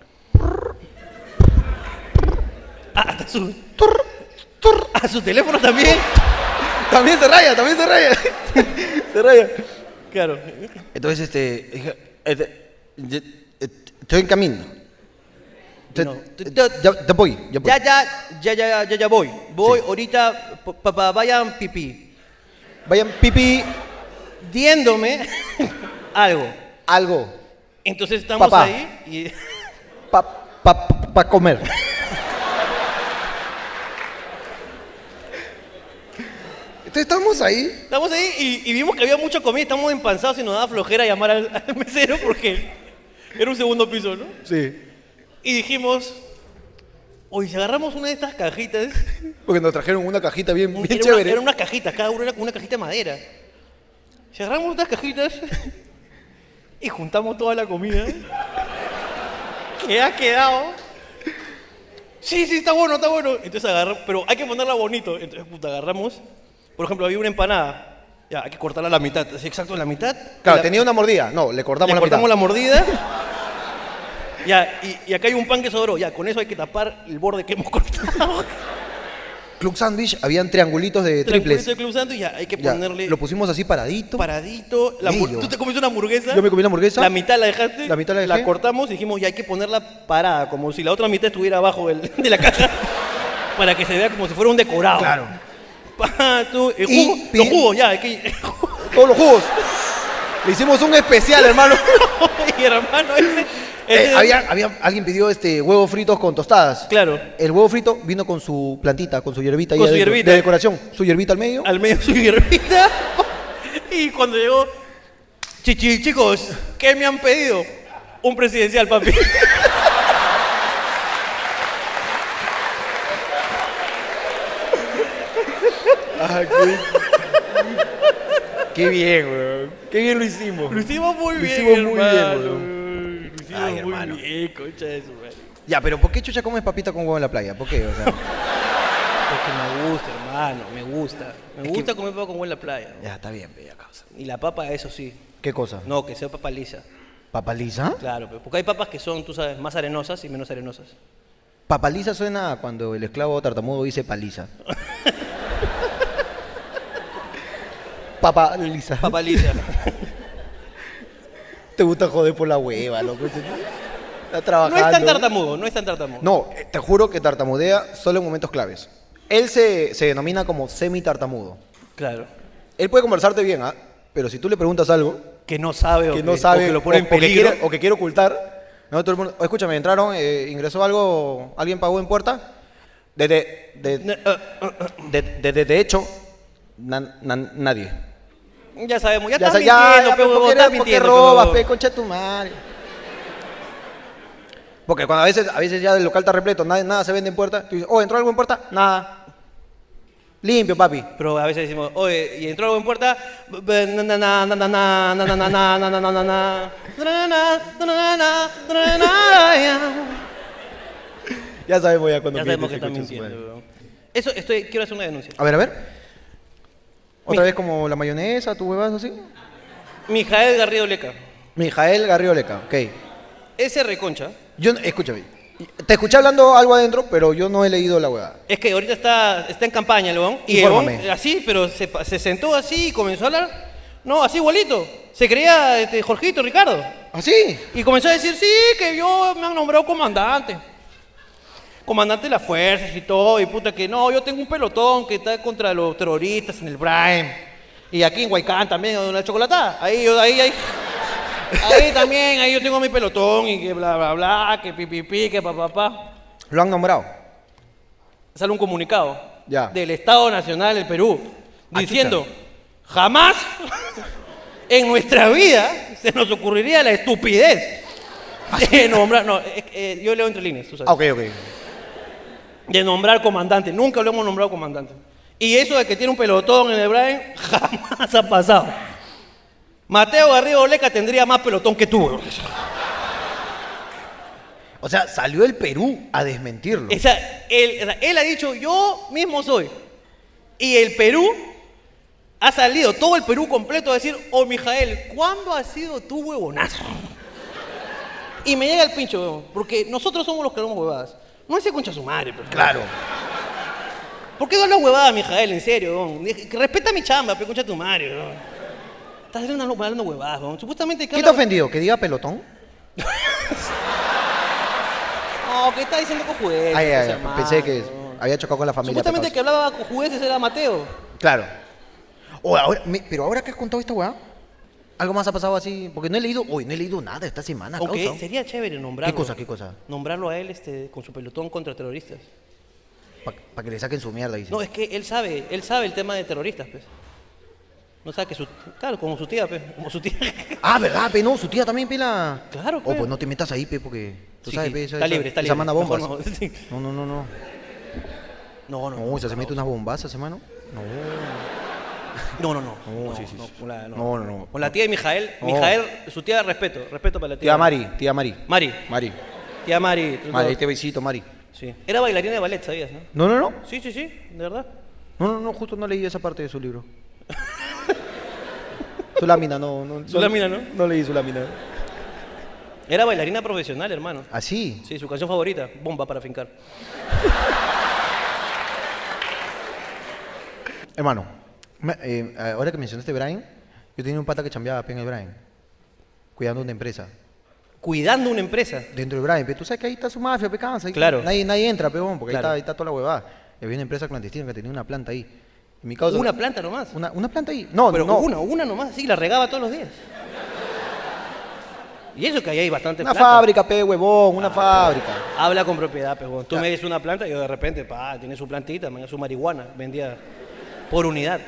Speaker 3: Ah, hasta su. A su teléfono también.
Speaker 1: También se raya, también se raya. se raya.
Speaker 3: Claro.
Speaker 1: Entonces, este. dije, este, ye- et- eh, Estoy en camino. Te-
Speaker 3: No.
Speaker 1: Ya, ya voy, ya voy.
Speaker 3: Ya, ya, ya, ya, ya, ya voy. Voy ahorita, pa- pa- pa- vayan pipí.
Speaker 1: Vayan, pipí,
Speaker 3: Diéndome algo.
Speaker 1: algo.
Speaker 3: Entonces estamos
Speaker 1: Papá.
Speaker 3: ahí y.
Speaker 1: Pa, pa, pa- pa comer. Entonces estamos ahí.
Speaker 3: Estamos ahí y, y vimos que había mucha comida, estamos empanzados y nos daba flojera llamar al, al mesero porque era un segundo piso, ¿no?
Speaker 1: Sí.
Speaker 3: Y dijimos, oye, si agarramos una de estas cajitas,
Speaker 1: Porque nos trajeron una cajita bien, bien
Speaker 3: eran
Speaker 1: chévere.
Speaker 3: una, era unas cajitas, cada una era como una cajita de madera. Si agarramos unas cajitas y juntamos toda la comida que ha quedado. Sí, sí, está bueno, está bueno. Entonces agarramos, pero hay que ponerla bonito. Entonces, puta, agarramos. Por ejemplo, había una empanada. Ya, hay que cortarla a la mitad. Así, exacto, la mitad.
Speaker 1: Claro,
Speaker 3: La-
Speaker 1: tenía una mordida. No, le cortamos
Speaker 3: le
Speaker 1: la
Speaker 3: cortamos
Speaker 1: mitad.
Speaker 3: la mordida. ya, y, y acá hay un pan que sobró. Ya, con eso hay que tapar el borde que hemos cortado.
Speaker 1: Club Sandwich, habían triangulitos de triples.
Speaker 3: Tranquilito de Club Santo y ya hay que
Speaker 1: Ya,
Speaker 3: ponerle
Speaker 1: Lo pusimos así paradito.
Speaker 3: paradito. La hamburg-
Speaker 1: Bello.
Speaker 3: ¿Tú te comiste una hamburguesa?
Speaker 1: Yo me comí una hamburguesa.
Speaker 3: La mitad la dejaste.
Speaker 1: La mitad la dejé.
Speaker 3: cortamos y dijimos, ya hay que ponerla parada, como si la otra mitad estuviera abajo del- de la caja. para que se vea como si fuera un decorado.
Speaker 1: Claro.
Speaker 3: Pa, tú, el
Speaker 1: Y
Speaker 3: jugo- los
Speaker 1: pidieron-
Speaker 3: jugos, ya, hay que.
Speaker 1: Todos los jugos. Le hicimos un especial, hermano.
Speaker 3: Este y hermano, ese.
Speaker 1: Eh,
Speaker 3: ese-
Speaker 1: había, había- alguien pidió este huevos fritos con tostadas.
Speaker 3: Claro.
Speaker 1: El huevo frito vino con su plantita, con su hierbita ahí
Speaker 3: Con su
Speaker 1: adentro,
Speaker 3: hierbita.
Speaker 1: de decoración. Su hierbita al medio.
Speaker 3: al medio su hierbita. Y cuando llegó, chichi, chicos, ¿qué me han pedido? Un presidencial, papi.
Speaker 2: Qué bien, weón. Qué bien lo hicimos.
Speaker 3: Lo hicimos muy bien.
Speaker 2: hicimos muy bien,
Speaker 3: hermano. Lo hicimos
Speaker 1: Ay,
Speaker 3: muy
Speaker 1: hermano.
Speaker 3: bien, concha de su madre.
Speaker 1: Ya, pero ¿por qué chucha comes papita con huevo en la playa? ¿Por qué? O sea,
Speaker 3: Porque me gusta, hermano, me gusta. Me gusta comer papa con huevo en la playa.
Speaker 1: ya, está bien, bella causa.
Speaker 3: Y la papa, eso sí.
Speaker 1: ¿Qué cosa?
Speaker 3: No, que sea papa lisa.
Speaker 1: ¿Papa lisa?
Speaker 3: Claro, pe, porque hay papas que son, tú sabes, más arenosas y menos arenosas.
Speaker 1: Papa lisa suena a cuando el esclavo tartamudo dice paliza. Papa lisa.
Speaker 3: Papa lisa.
Speaker 1: Te gusta joder por la hueva, loco. Está
Speaker 3: no
Speaker 1: trabajando.
Speaker 3: es tan tartamudo, no es tan tartamudo.
Speaker 1: No, eh, te juro que tartamudea solo en momentos claves. Él se, se denomina como semi-tartamudo.
Speaker 3: Claro.
Speaker 1: Él puede conversarte bien, ¿ah? Pero si tú le preguntas algo
Speaker 3: Que no sabe o
Speaker 1: que no
Speaker 3: o
Speaker 1: sabe
Speaker 3: que lo pone en
Speaker 1: que
Speaker 3: peligro.
Speaker 1: quiere, o que quiere ocultar, ¿no? Todo el mundo, "Oh, escúchame, entraron, eh, ingresó algo, alguien pagó en puerta. Desde, de,
Speaker 3: No, eh,
Speaker 1: de- de- de- de hecho, na- na- nadie.
Speaker 3: Ya sabemos, ya,
Speaker 1: sa-
Speaker 3: estás mintiendo,
Speaker 1: ¿por
Speaker 3: pe,
Speaker 1: qué
Speaker 3: huevón,
Speaker 1: eres-
Speaker 3: estás
Speaker 1: ¿por qué
Speaker 3: mintiendo. pe,
Speaker 1: robas,
Speaker 3: huevón.
Speaker 1: pe, concha de tu madre? Porque cuando a veces, a veces ya el local está repleto, nada, nada se vende en puerta, tú dices, oh, entró algo en puerta, nada. Limpio, papi.
Speaker 3: Pero a veces decimos, oye, y entró algo en puerta. b- b- na, na, na, na, na, na, na, na, na, na, na, na, na, na, na, na, na, na, na, na, na, na, na, ya.
Speaker 1: Ya sabemos ya cuando
Speaker 3: Ya
Speaker 1: mientes,
Speaker 3: sabemos
Speaker 1: ese
Speaker 3: que estás
Speaker 1: concha de su
Speaker 3: mintiendo.
Speaker 1: madre.
Speaker 3: huevón. Eso, estoy, quiero hacer una denuncia.
Speaker 1: A ver, a ver.
Speaker 3: Mira.
Speaker 1: Otra vez como la mayonesa, tu huevas así.
Speaker 3: Mijael Garrido Leca,
Speaker 1: Mijael Garrioleca, ok.
Speaker 3: ese reconcha,
Speaker 1: Yo, no- escúchame, te escuché hablando algo adentro, pero yo no he leído la huevada.
Speaker 3: es que ahorita está, está en campaña el huevón. Y el
Speaker 1: Infórmame.
Speaker 3: huevón, así, pero se, pa- se sentó así y comenzó a hablar. No, así igualito. Se creía este, Jorgito, Ricardo.
Speaker 1: ¿Ah, sí?
Speaker 3: Y comenzó a decir, sí, que yo me han nombrado comandante. Comandante de las fuerzas y todo, y puta que no, yo tengo un pelotón que está contra los terroristas en el Prime. Y aquí en Huaycán también, en la chocolatada. Ahí yo, ahí, ahí. Ahí también, ahí yo tengo mi pelotón y que bla, bla, bla, que pi, pi, pi, que pa, pa, pa.
Speaker 1: Lo han nombrado.
Speaker 3: Sale un comunicado
Speaker 1: Ya.
Speaker 3: del Estado Nacional del Perú
Speaker 1: Ah,
Speaker 3: diciendo, jamás en nuestra vida se nos ocurriría la estupidez de nombrar, no, eh, eh, yo leo entre líneas, tú sabes.
Speaker 1: Ah, ok, ok.
Speaker 3: de nombrar comandante, nunca lo hemos nombrado comandante. Y eso de que tiene un pelotón en el Brian jamás ha pasado. Mateo Garrido Leca tendría más pelotón que tú.
Speaker 1: O sea, salió el Perú a desmentirlo.
Speaker 3: O sea, él, o sea, él ha dicho, yo mismo soy. Y el Perú ha salido, todo el Perú completo, a decir, oh, Mijael, ¿cuándo has sido tú huevonazo? Y me llega el pincho, huevón, porque nosotros somos los que hablamos huevadas. No ese concha su madre, pero.
Speaker 1: Claro.
Speaker 3: ¿Por qué no hablas huevadas, Mijael? En serio, huevón. Que Respeta mi chamba, pero concha tu madre, huevón. Estás hablando, hablando huevadas, huevón. Supuestamente... el que
Speaker 1: ¿Qué te ha
Speaker 3: habla-
Speaker 1: ofendido? ¿Que diga pelotón?
Speaker 3: No, que está diciendo cojudeces.
Speaker 1: Ay, ay,
Speaker 3: pues,
Speaker 1: ay,
Speaker 3: hermano,
Speaker 1: pensé que
Speaker 3: huevón.
Speaker 1: había chocado con la familia.
Speaker 3: Supuestamente el que
Speaker 1: pero-
Speaker 3: hablaba cojudeces era Mateo.
Speaker 1: Claro. O ahora, me- pero ahora que has contado esta weá, algo más ha pasado así. Porque no he leído, uy, no he leído nada esta semana.
Speaker 3: Aunque
Speaker 1: causa.
Speaker 3: sería chévere nombrarlo.
Speaker 1: ¿Qué cosa, qué cosa?
Speaker 3: Nombrarlo a él este, con su pelotón contra terroristas.
Speaker 1: Para que le saquen su mierda, dice.
Speaker 3: No, es que él sabe, él sabe el tema de terroristas, pues. No sabe que su... Claro, como su tía, pues. Como su tía.
Speaker 1: Ah, ¿verdad, pe? No, su tía también pela.
Speaker 3: Claro, pe.
Speaker 1: Oh, pues no te metas ahí, pe, porque. Tú
Speaker 3: Sí,
Speaker 1: sabes,
Speaker 3: sí,
Speaker 1: pe,
Speaker 3: está libre, está
Speaker 1: esa
Speaker 3: libre.
Speaker 1: manda
Speaker 3: Mejor
Speaker 1: bombas.
Speaker 3: no, sí.
Speaker 1: No, no, no, no.
Speaker 3: No, no.
Speaker 1: No, esa se mete unas bombazas, hermano. No.
Speaker 3: No, no, no.
Speaker 1: No,
Speaker 3: No,
Speaker 1: sí, sí,
Speaker 3: no,
Speaker 1: sí.
Speaker 3: con la-
Speaker 1: No, no, no.
Speaker 3: Con la tía de Mijael.
Speaker 1: No.
Speaker 3: Mijael, su tía, respeto. Respeto para la tía.
Speaker 1: Tía Mari, tía Mari.
Speaker 3: Mari.
Speaker 1: Mari.
Speaker 3: Tía Mari.
Speaker 1: Mari, ahí te besito, Mari.
Speaker 3: Sí. Era bailarina de ballet, ¿sabías, no?
Speaker 1: No, no, no.
Speaker 3: Sí, sí, sí, de verdad.
Speaker 1: No, no, no, justo no leí esa parte de su libro. su lámina, no, no.
Speaker 3: Su lámina, ¿no?
Speaker 1: No leí su lámina.
Speaker 3: Era bailarina profesional, hermano.
Speaker 1: Ah, Así.
Speaker 3: Sí, su canción favorita, Bomba para fincar.
Speaker 1: Hermano, me- eh, ahora que mencionaste Brian, yo tenía un pata que chambeaba pe, en el Brian, cuidando una empresa.
Speaker 3: Cuidando una empresa.
Speaker 1: Dentro del Brian, pero tú sabes que ahí está su mafia, pe, cansa, ahí
Speaker 3: Claro.
Speaker 1: Nadie, nadie entra, peón, porque
Speaker 3: Claro.
Speaker 1: ahí, está, ahí está toda la huevada. Y había una empresa clandestina que tenía una planta ahí. Y mi causa-
Speaker 3: Una planta nomás.
Speaker 1: Una, una planta ahí. No,
Speaker 3: Pero
Speaker 1: no.
Speaker 3: una, una nomás, sí, la regaba todos los días. Y eso que ahí hay bastante
Speaker 1: Una
Speaker 3: plata.
Speaker 1: fábrica, pe, huevón,
Speaker 3: Ah.
Speaker 1: una fábrica.
Speaker 3: Habla con propiedad, pejón. Tú me dices una planta y yo de repente, pa, tiene su plantita, man, su marihuana, vendía por unidad.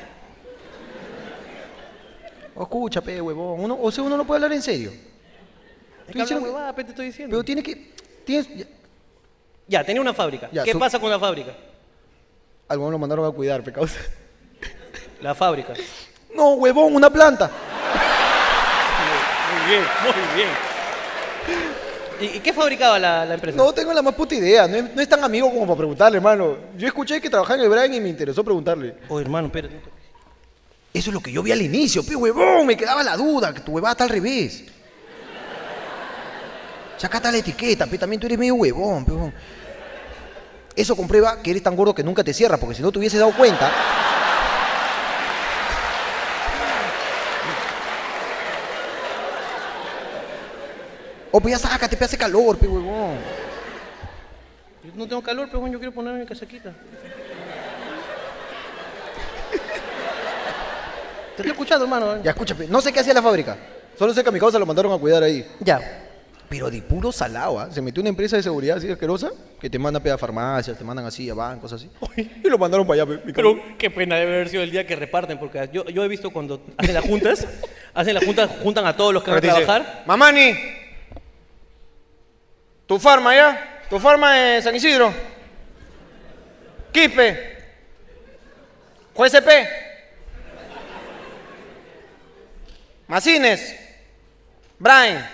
Speaker 1: O Oh, escucha, pe, huevón. Uno, o sea, uno no puede hablar en serio.
Speaker 3: Es que
Speaker 1: Estoy
Speaker 3: habla
Speaker 1: diciendo que-
Speaker 3: huevada, pe, te estoy diciendo.
Speaker 1: Pero tiene que. Tienes,
Speaker 3: Ya, tenía una fábrica.
Speaker 1: Ya,
Speaker 3: ¿Qué
Speaker 1: su-
Speaker 3: pasa con la fábrica?
Speaker 1: Al huevón lo mandaron a cuidar, pe, causa.
Speaker 3: La fábrica.
Speaker 1: No, huevón, una planta.
Speaker 3: Muy bien, muy bien. ¿Y, y qué fabricaba la, la empresa?
Speaker 1: No tengo la más puta idea. No es, no es tan amigo como para preguntarle, hermano. Yo escuché que trabajaba en el Brian y me interesó preguntarle.
Speaker 3: Oh, hermano, espérate.
Speaker 1: Eso es lo que yo vi al inicio, pe huevón, me quedaba la duda, que tu huevada está al revés. Sacata la etiqueta, pe, también tú eres medio huevón, pe huevón. Eso comprueba que eres tan gordo que nunca te cierras, porque si no te hubieses dado cuenta. Oh, pues ya sácate, pe, hace calor, pe huevón.
Speaker 3: Yo no tengo calor, pejón, yo quiero ponerme mi casaquita. Te estoy escuchando, hermano. eh.
Speaker 1: Ya escucha, pe, no sé qué hacía la fábrica. Solo sé que a mi causa lo mandaron a cuidar ahí.
Speaker 3: ya.
Speaker 1: Pero de puro salado, ¿ah? Se metió una empresa de seguridad así asquerosa que te manda pe, a farmacias, te mandan así a bancos, así. Y lo mandaron para allá, pe, mi
Speaker 3: Pero
Speaker 1: cabrón.
Speaker 3: qué pena debe haber sido el día que reparten, porque yo, yo he visto cuando hacen las juntas, hacen las juntas, juntan a todos los que van a
Speaker 2: Ahora te dice,
Speaker 3: trabajar.
Speaker 2: Mamani, tu farma ya, tu farma de San Isidro. Quispe, Juez P. Macines, Brian.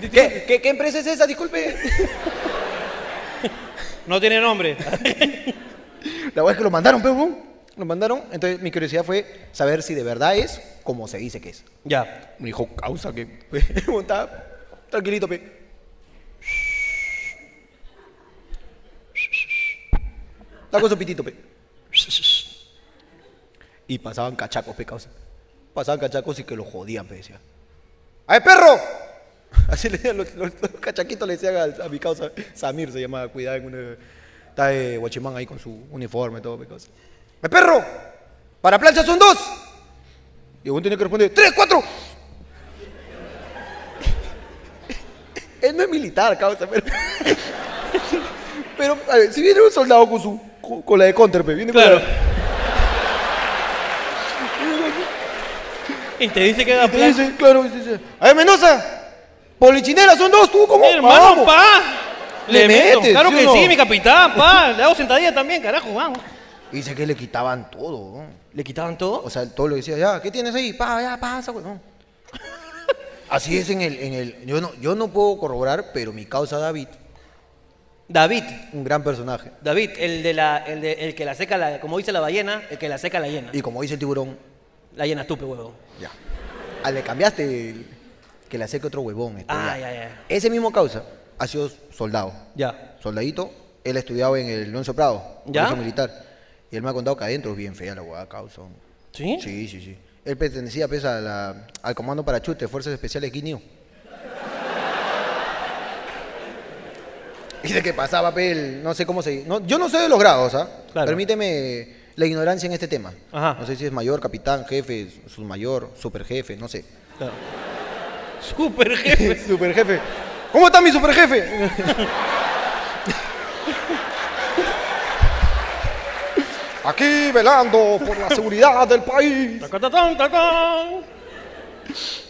Speaker 1: ¿Qué, qué, qué empresa es esa? Disculpe.
Speaker 3: No tiene nombre.
Speaker 1: La verdad es que lo mandaron, pe, huevón. Lo mandaron. Entonces mi curiosidad fue saber si de verdad es como se dice que es.
Speaker 3: ya.
Speaker 1: Me dijo, causa que. pe, Estaba tranquilito, pe. Está con su pitito, pe. Y pasaban cachacos, pe, causa. Pasaban cachacos y que lo jodían, pe, decía. ¡Ay, perro! Así le decían los, los- los cachaquitos, le decían al- a, mi causa. Samir se llamaba, cuidado en una. Está eh, Guachimán ahí con su uniforme, todo, pe, causa. ¡Ay, perro! ¡Para plancha son dos! Y uno tiene que responder, ¡tres, cuatro! Él no es militar, causa, pero. pero, a ver, si viene un soldado con su. con, con la de counter, pe, viene
Speaker 3: Claro.
Speaker 1: con la.
Speaker 3: Y te dice que haga
Speaker 1: Y te
Speaker 3: plan.
Speaker 1: dice, claro, y te dice, a ver, Mendoza, polichinela, son dos, tú, ¿cómo?
Speaker 3: Hermano,
Speaker 1: Vamos".
Speaker 3: pa.
Speaker 1: Le
Speaker 3: Le, meto.
Speaker 1: metes,
Speaker 3: Claro
Speaker 1: ¿sí o
Speaker 3: que
Speaker 1: no?
Speaker 3: sí, mi capitán, pa. Le hago sentadilla también, carajo, vamos.
Speaker 1: Y dice que le quitaban todo, ¿no?
Speaker 3: ¿Le quitaban todo?
Speaker 1: O sea, todo lo que decía, ya, ¿qué tienes ahí? Pa, ya, pasa, weón. Así es en el, en el. Yo no, yo no puedo corroborar, pero mi causa David,
Speaker 3: David,
Speaker 1: un gran personaje.
Speaker 3: David, el, de la, el, de- el que la seca, la, como dice la ballena, el que la seca la llena.
Speaker 1: Y como dice el tiburón,
Speaker 3: La llenas tú, pe huevo.
Speaker 1: ya. Ah, le cambiaste el- que la seque otro huevón. este,
Speaker 3: Ah, ya, ya.
Speaker 1: Ese mismo causa ha sido soldado.
Speaker 3: Ya.
Speaker 1: Soldadito, él ha estudiado en el Alonso Prado,
Speaker 3: ¿Ya?
Speaker 1: colegio militar. Y él me ha contado que adentro es bien fea la huevada causa.
Speaker 3: ¿Sí?
Speaker 1: Sí, sí, sí. Él pertenecía pues, a la- al Comando para Chute, Fuerzas Especiales Guineo. Dice que pasaba, pues, el- no sé cómo se... no, yo no sé de los grados, ¿ah?
Speaker 3: Claro.
Speaker 1: Permíteme la ignorancia en este tema.
Speaker 3: Ajá.
Speaker 1: No sé si es mayor, capitán, jefe, submayor, superjefe, no sé.
Speaker 3: Claro. Super jefe.
Speaker 1: superjefe. ¿Cómo está mi superjefe?
Speaker 2: Aquí velando por la seguridad del país.
Speaker 3: Tacatatán, tacán.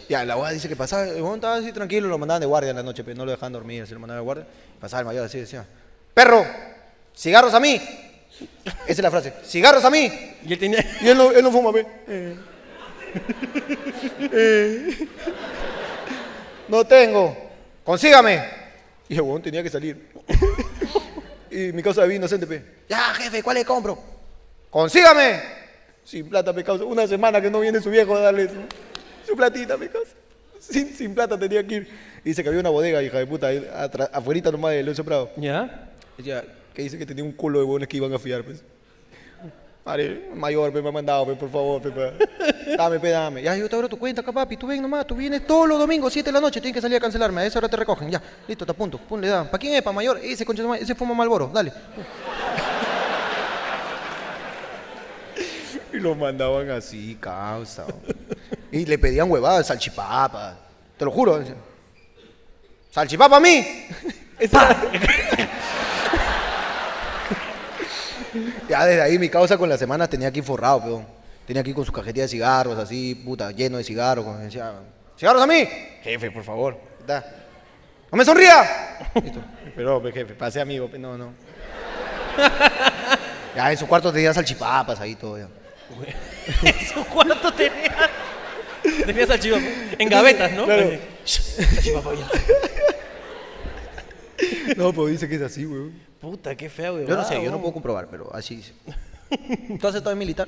Speaker 1: Ya, la abogada dice que pasaba, el huevón estaba así tranquilo, lo mandaban de guardia en la noche, pero no lo dejaban dormir, se lo mandaban de guardia. Pasaba el mayor así, decía, perro, cigarros a mí. Esa es la frase, cigarros a mí.
Speaker 3: Y él tenía.
Speaker 2: Y él no, él no fuma, ve. Eh,
Speaker 1: No tengo, consígame. Y el huevón tenía que salir. y mi causa de inocente, pe. Ya, jefe, ¿cuál le compro? Consígame.
Speaker 2: Sin plata, me causa. Una semana que no viene su viejo a darle su, su platita, me causa. Sin, sin plata tenía que ir. Y dice que había una bodega, hija de puta, ahí atra- afuerita nomás de Alonso Prado.
Speaker 3: Ya.
Speaker 2: Ella, que dice que tenía un culo de huevones que iban a fiar, pues. Madre, mayor, pues, me ha mandado, pues, por favor, pues, pa.
Speaker 1: Dame, pe, dame. Ya, yo te abro tu cuenta acá, papi. Tú ven nomás, tú vienes todos los domingos, 7 de la noche. Tienes que salir a cancelarme. A esa hora te recogen. Ya, listo, te apunto. Pum, le dan. ¿Para quién es? ¿Para mayor? Ese concha de madre, ese fuma Malboro. Dale.
Speaker 2: Y los mandaban así, causa.
Speaker 1: Y le pedían huevadas, salchipapa. Te lo juro. decía. ¡Salchipapa a mí! ya desde ahí mi causa con las semanas tenía aquí forrado, peón. Tenía aquí con su cajetilla de cigarros, así, puta, lleno de cigarros. como decía, ¡Cigarros a mí!
Speaker 2: Jefe, por favor.
Speaker 1: Está. ¡No me sonría!
Speaker 2: Pero, pues, jefe, pase amigo, pues, no, no.
Speaker 1: Ya en su cuarto tenía salchipapas ahí todo. ya.
Speaker 3: En su cuarto tenía. Tenía salchipapa. En gavetas, ¿no?
Speaker 2: Claro.
Speaker 3: Salchipapa, ya.
Speaker 2: No, pues dice que es así, weón.
Speaker 3: Puta, qué fea, güey.
Speaker 1: Yo no sé, yo no puedo comprobar, pero así dice. ¿Tú has estado en militar?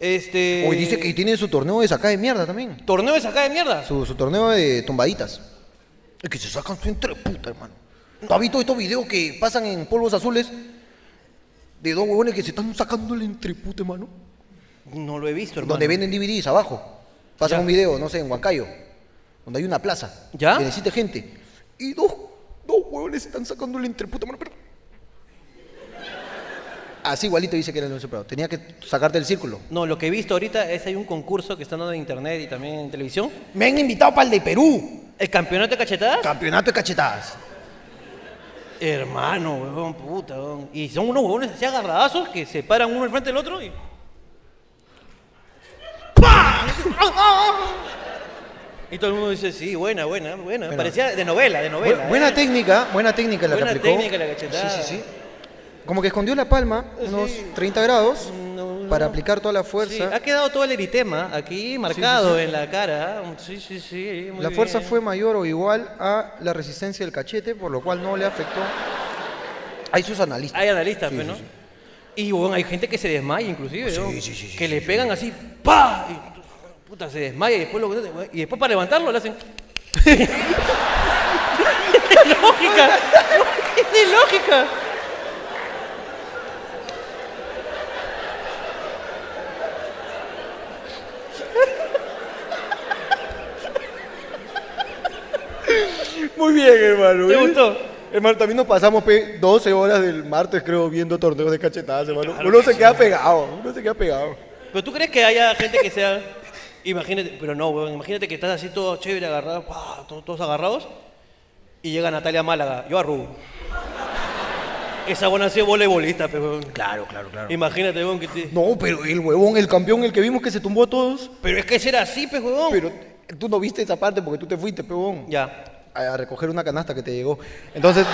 Speaker 3: Este.
Speaker 1: Hoy dice que tiene su torneo de saca de mierda también.
Speaker 3: Torneo de sacada de mierda.
Speaker 1: Su, su torneo de tumbaditas. Es que se sacan su entre puta, hermano. ¿Tú has visto estos videos que pasan en polvos azules? De dos huevones que se están sacando el entreputa, hermano.
Speaker 3: No lo he visto, hermano.
Speaker 1: Donde venden DVDs abajo. Pasan
Speaker 3: Ya.
Speaker 1: un video, no sé, en Huancayo. Donde hay una plaza.
Speaker 3: ¿Ya?
Speaker 1: Que necesita gente. Y dos, dos huevones se están sacando el entreputa, hermano. pero- Así igualito dice que era Alonso Prado. Tenía que sacarte el círculo.
Speaker 3: No, lo que he visto ahorita es hay un concurso que están dando en internet y también en televisión.
Speaker 1: Me han invitado para el de Perú.
Speaker 3: ¿El campeonato de cachetadas?
Speaker 1: Campeonato de cachetadas.
Speaker 3: Hermano, huevón, puta, huevón. Y son unos huevones así agarradazos que se paran uno al frente del otro y. ¡Pah! Y todo el mundo dice, sí, buena, buena, buena. Parecía de novela, de novela.
Speaker 1: Bu-
Speaker 3: ¿eh?
Speaker 1: buena técnica, buena técnica la
Speaker 3: Buena
Speaker 1: que aplicó.
Speaker 3: técnica la cachetada.
Speaker 1: Sí, sí, sí. Como que escondió la palma, unos 30 grados, para aplicar toda la
Speaker 3: Sí, ah,
Speaker 1: fuerza.
Speaker 3: ha quedado todo el eritema aquí marcado en la cara. Sí, sí, sí. muy
Speaker 1: la fuerza
Speaker 3: bien.
Speaker 1: fue mayor o igual a la resistencia del cachete, por lo cual no le afectó. Hay sus analistas.
Speaker 3: Hay analistas,
Speaker 1: Sí,
Speaker 3: pues,
Speaker 1: sí,
Speaker 3: ¿no?
Speaker 1: sí.
Speaker 3: Y bueno, hay gente que se desmaya inclusive, ¿no?
Speaker 1: Sí, sí, sí, sí,
Speaker 3: que le pegan así, ¡pa! Y, puta, se desmaya y después lo y después para levantarlo le hacen. Tiene lógica. no, Tiene lógica.
Speaker 2: Muy bien, hermano.
Speaker 3: ¿Te
Speaker 2: ¿eh?
Speaker 3: gustó?
Speaker 2: Hermano, también nos pasamos pe, 12 horas del martes, creo, viendo torneos de cachetadas, hermano. uno se queda pegado, uno se queda pegado.
Speaker 3: Pero tú crees que haya gente que sea. Imagínate, pero no, weón, imagínate que estás así todo chévere, agarrado, pa, to- todos agarrados, y llega Natalia Málaga, yo arrugo. Esa buena ha sido voleibolista, pero. Claro, claro, claro. Imagínate, weón, que te-
Speaker 1: No, pero el huevón, el campeón, el que vimos que se tumbó a todos.
Speaker 3: Pero es que será así, pues, huevón.
Speaker 1: Pero tú no viste esa parte porque tú te fuiste, pebón.
Speaker 3: Ya.
Speaker 1: A, a recoger una canasta que te llegó. Entonces.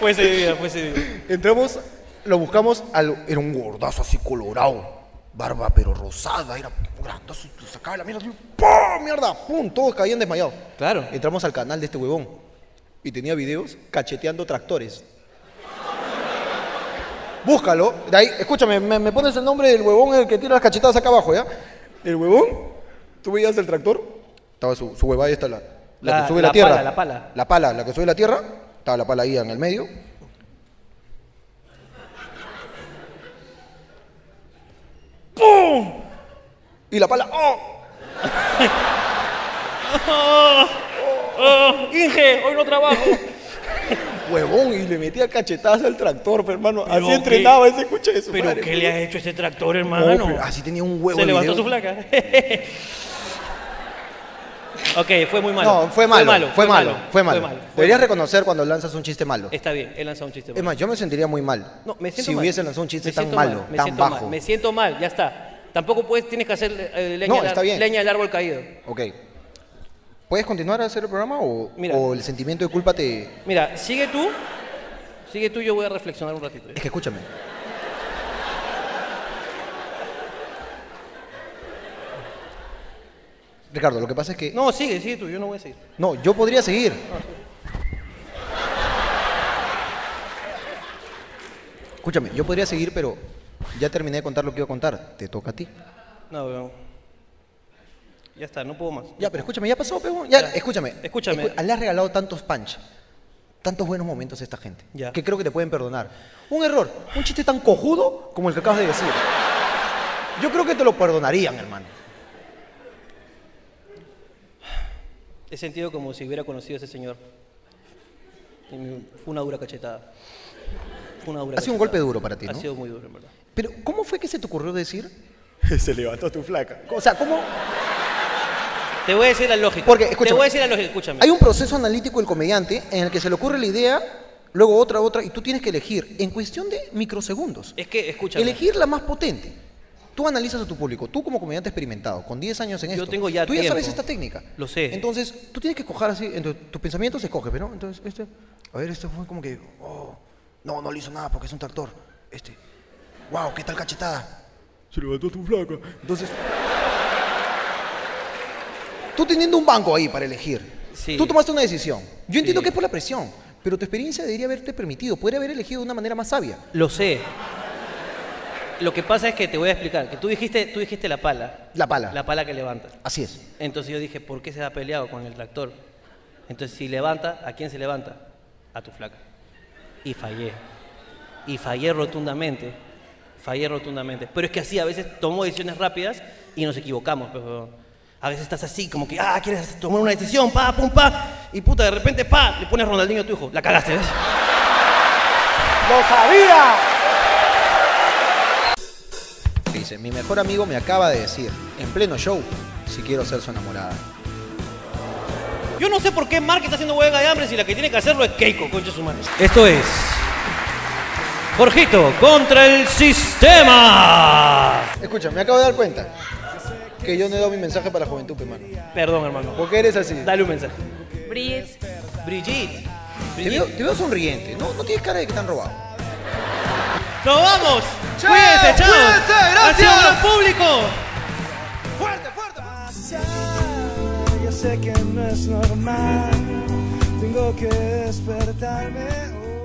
Speaker 3: Fue ese día, fue ese día.
Speaker 1: Entramos, lo buscamos, al- era un gordazo así colorado. barba pero rosada, era grandoso, y sacaba la mierda, así, ¡pum! ¡Mierda! ¡Pum! Todos caían desmayados.
Speaker 3: Claro.
Speaker 1: Entramos al canal de este huevón y tenía videos cacheteando tractores. Búscalo. De ahí, escúchame, me, me pones el nombre del huevón el que tira las cachetadas acá abajo, ¿ya?
Speaker 2: El huevón, tú veías el tractor,
Speaker 1: Estaba su, su huevada, ahí está la, la,
Speaker 3: La-
Speaker 1: que sube
Speaker 3: la
Speaker 1: la, tierra.
Speaker 3: pala, la pala.
Speaker 1: La pala, la que sube la tierra. Estaba la pala ahí en el medio. ¡Pum! Y la pala. ¡Oh!
Speaker 3: Oh, Inge, hoy no trabajo.
Speaker 2: huevón, y le metía cachetazo al tractor, pe, hermano. Así
Speaker 3: qué-
Speaker 2: entrenaba ese escucha de su
Speaker 3: ¿Pero
Speaker 2: madre,
Speaker 3: qué
Speaker 2: pe.
Speaker 3: le has hecho a ese tractor,
Speaker 1: No,
Speaker 3: hermano?
Speaker 1: Oh, pero así tenía un huevo
Speaker 3: Se
Speaker 1: de
Speaker 3: levantó
Speaker 1: video.
Speaker 3: su flaca. ok, fue muy malo.
Speaker 1: No, fue malo. Fue malo, fue malo. Deberías reconocer cuando lanzas un chiste malo.
Speaker 3: Está bien, he lanzado un chiste.
Speaker 1: Es más, yo me sentiría muy mal.
Speaker 3: Este. No, me siento
Speaker 1: si
Speaker 3: mal.
Speaker 1: hubiese lanzado un chiste
Speaker 3: Me
Speaker 1: tan
Speaker 3: siento mal,
Speaker 1: malo,
Speaker 3: me
Speaker 1: tan
Speaker 3: siento mal,
Speaker 1: bajo.
Speaker 3: me siento mal, ya está. Tampoco puedes, tienes que hacer eh, leña,
Speaker 1: No,
Speaker 3: al-
Speaker 1: está bien.
Speaker 3: leña al árbol caído.
Speaker 1: Ok. ¿Puedes continuar a hacer el programa o,
Speaker 3: Mira.
Speaker 1: o el sentimiento de culpa te.
Speaker 3: Mira, sigue tú. Sigue tú, yo voy a reflexionar un ratito.
Speaker 1: Es que escúchame. Ricardo, lo que pasa es que.
Speaker 3: No, sigue, sigue tú, yo no voy a seguir.
Speaker 1: No, yo podría seguir. Escúchame, yo podría seguir, pero ya terminé de contar lo que iba a contar. Te toca a ti.
Speaker 3: No, weón. Ya está, no puedo más.
Speaker 1: Ya, pero escúchame, ya pasó, pegón. Ya, escúchame.
Speaker 3: Escúchame.
Speaker 1: Escu- le has regalado tantos punch, tantos buenos momentos a esta gente,
Speaker 3: Ya.
Speaker 1: que creo que te pueden perdonar. Un error, un chiste tan cojudo como el que acabas de decir. Yo creo que te lo perdonarían, hermano.
Speaker 3: He sentido como si hubiera conocido a ese señor. Y me- Fue una dura cachetada. Fue una dura
Speaker 1: Ha sido un
Speaker 3: cachetada.
Speaker 1: golpe duro para ti,
Speaker 3: Ha
Speaker 1: ¿no?
Speaker 3: sido muy duro, en verdad.
Speaker 1: Pero, ¿cómo fue que se te ocurrió decir?
Speaker 2: se levantó tu flaca.
Speaker 1: O sea, ¿cómo?
Speaker 3: Te voy a decir la lógica.
Speaker 1: Porque,
Speaker 3: Te
Speaker 1: escúchame.
Speaker 3: voy a decir la lógica, escúchame.
Speaker 1: Hay un proceso analítico del comediante en el que se le ocurre la idea, luego otra, otra, y tú tienes que elegir en cuestión de microsegundos.
Speaker 3: Es que, escúchame.
Speaker 1: Elegir la más potente. Tú analizas a tu público, tú como comediante experimentado, con 10 años en
Speaker 3: Yo
Speaker 1: esto.
Speaker 3: tengo ya
Speaker 1: Tú ya sabes
Speaker 3: tiempo.
Speaker 1: esta técnica.
Speaker 3: Lo sé.
Speaker 1: Entonces, tú tienes que coger así, entonces, tus pensamientos escoges, ¿no? Entonces, este, a ver, este fue como que, oh, no, no le hizo nada porque es un tractor. Este, wow, qué tal cachetada.
Speaker 2: Se levantó tu flaca.
Speaker 1: Entonces, tú teniendo un banco ahí para elegir,
Speaker 3: Sí.
Speaker 1: tú tomaste una decisión. Yo entiendo
Speaker 3: Sí.
Speaker 1: que es por la presión, pero tu experiencia debería haberte permitido, podría haber elegido de una manera más sabia.
Speaker 3: Lo sé. Lo que pasa es que te voy a explicar. Que tú dijiste, tú dijiste la pala.
Speaker 1: La pala.
Speaker 3: La pala que levanta.
Speaker 1: Así es.
Speaker 3: Entonces yo dije, ¿por qué se ha peleado con el tractor? Entonces, si levanta, ¿a quién se levanta? A tu flaca. Y fallé. Y fallé rotundamente. Fallé rotundamente. Pero es que así, a veces tomo decisiones rápidas y nos equivocamos. pues, huevón. a veces estás así, como que, ah, quieres tomar una decisión, pa, pum, pa. Y puta, de repente, pa, le pones Ronaldinho a tu hijo. La cagaste, ¿ves?
Speaker 1: ¡Lo sabía! Dice, mi mejor amigo me acaba de decir, en pleno show, si quiero ser su enamorada.
Speaker 3: Yo no sé por qué Mark está haciendo huelga de hambre si la que tiene que hacerlo es Keiko, concha su madre. Esto es. Jorgito contra el sistema.
Speaker 1: Escucha, me acabo de dar cuenta que yo no he dado mi mensaje para la juventud, pe, mano.
Speaker 3: Perdón, hermano.
Speaker 1: ¿Por qué eres así?
Speaker 3: Dale un mensaje.
Speaker 4: Brit,
Speaker 3: Brigitte.
Speaker 1: Te veo, te veo sonriente, no, no tienes cara de que te han robado.
Speaker 3: ¡Nos vamos!
Speaker 1: Chao,
Speaker 3: ¡Cuídense, chao!
Speaker 1: cuídense,
Speaker 3: ¡Ha sido
Speaker 1: gracias.
Speaker 3: gran público!
Speaker 5: Yo sé que no es normal, tengo que despertarme. hoy.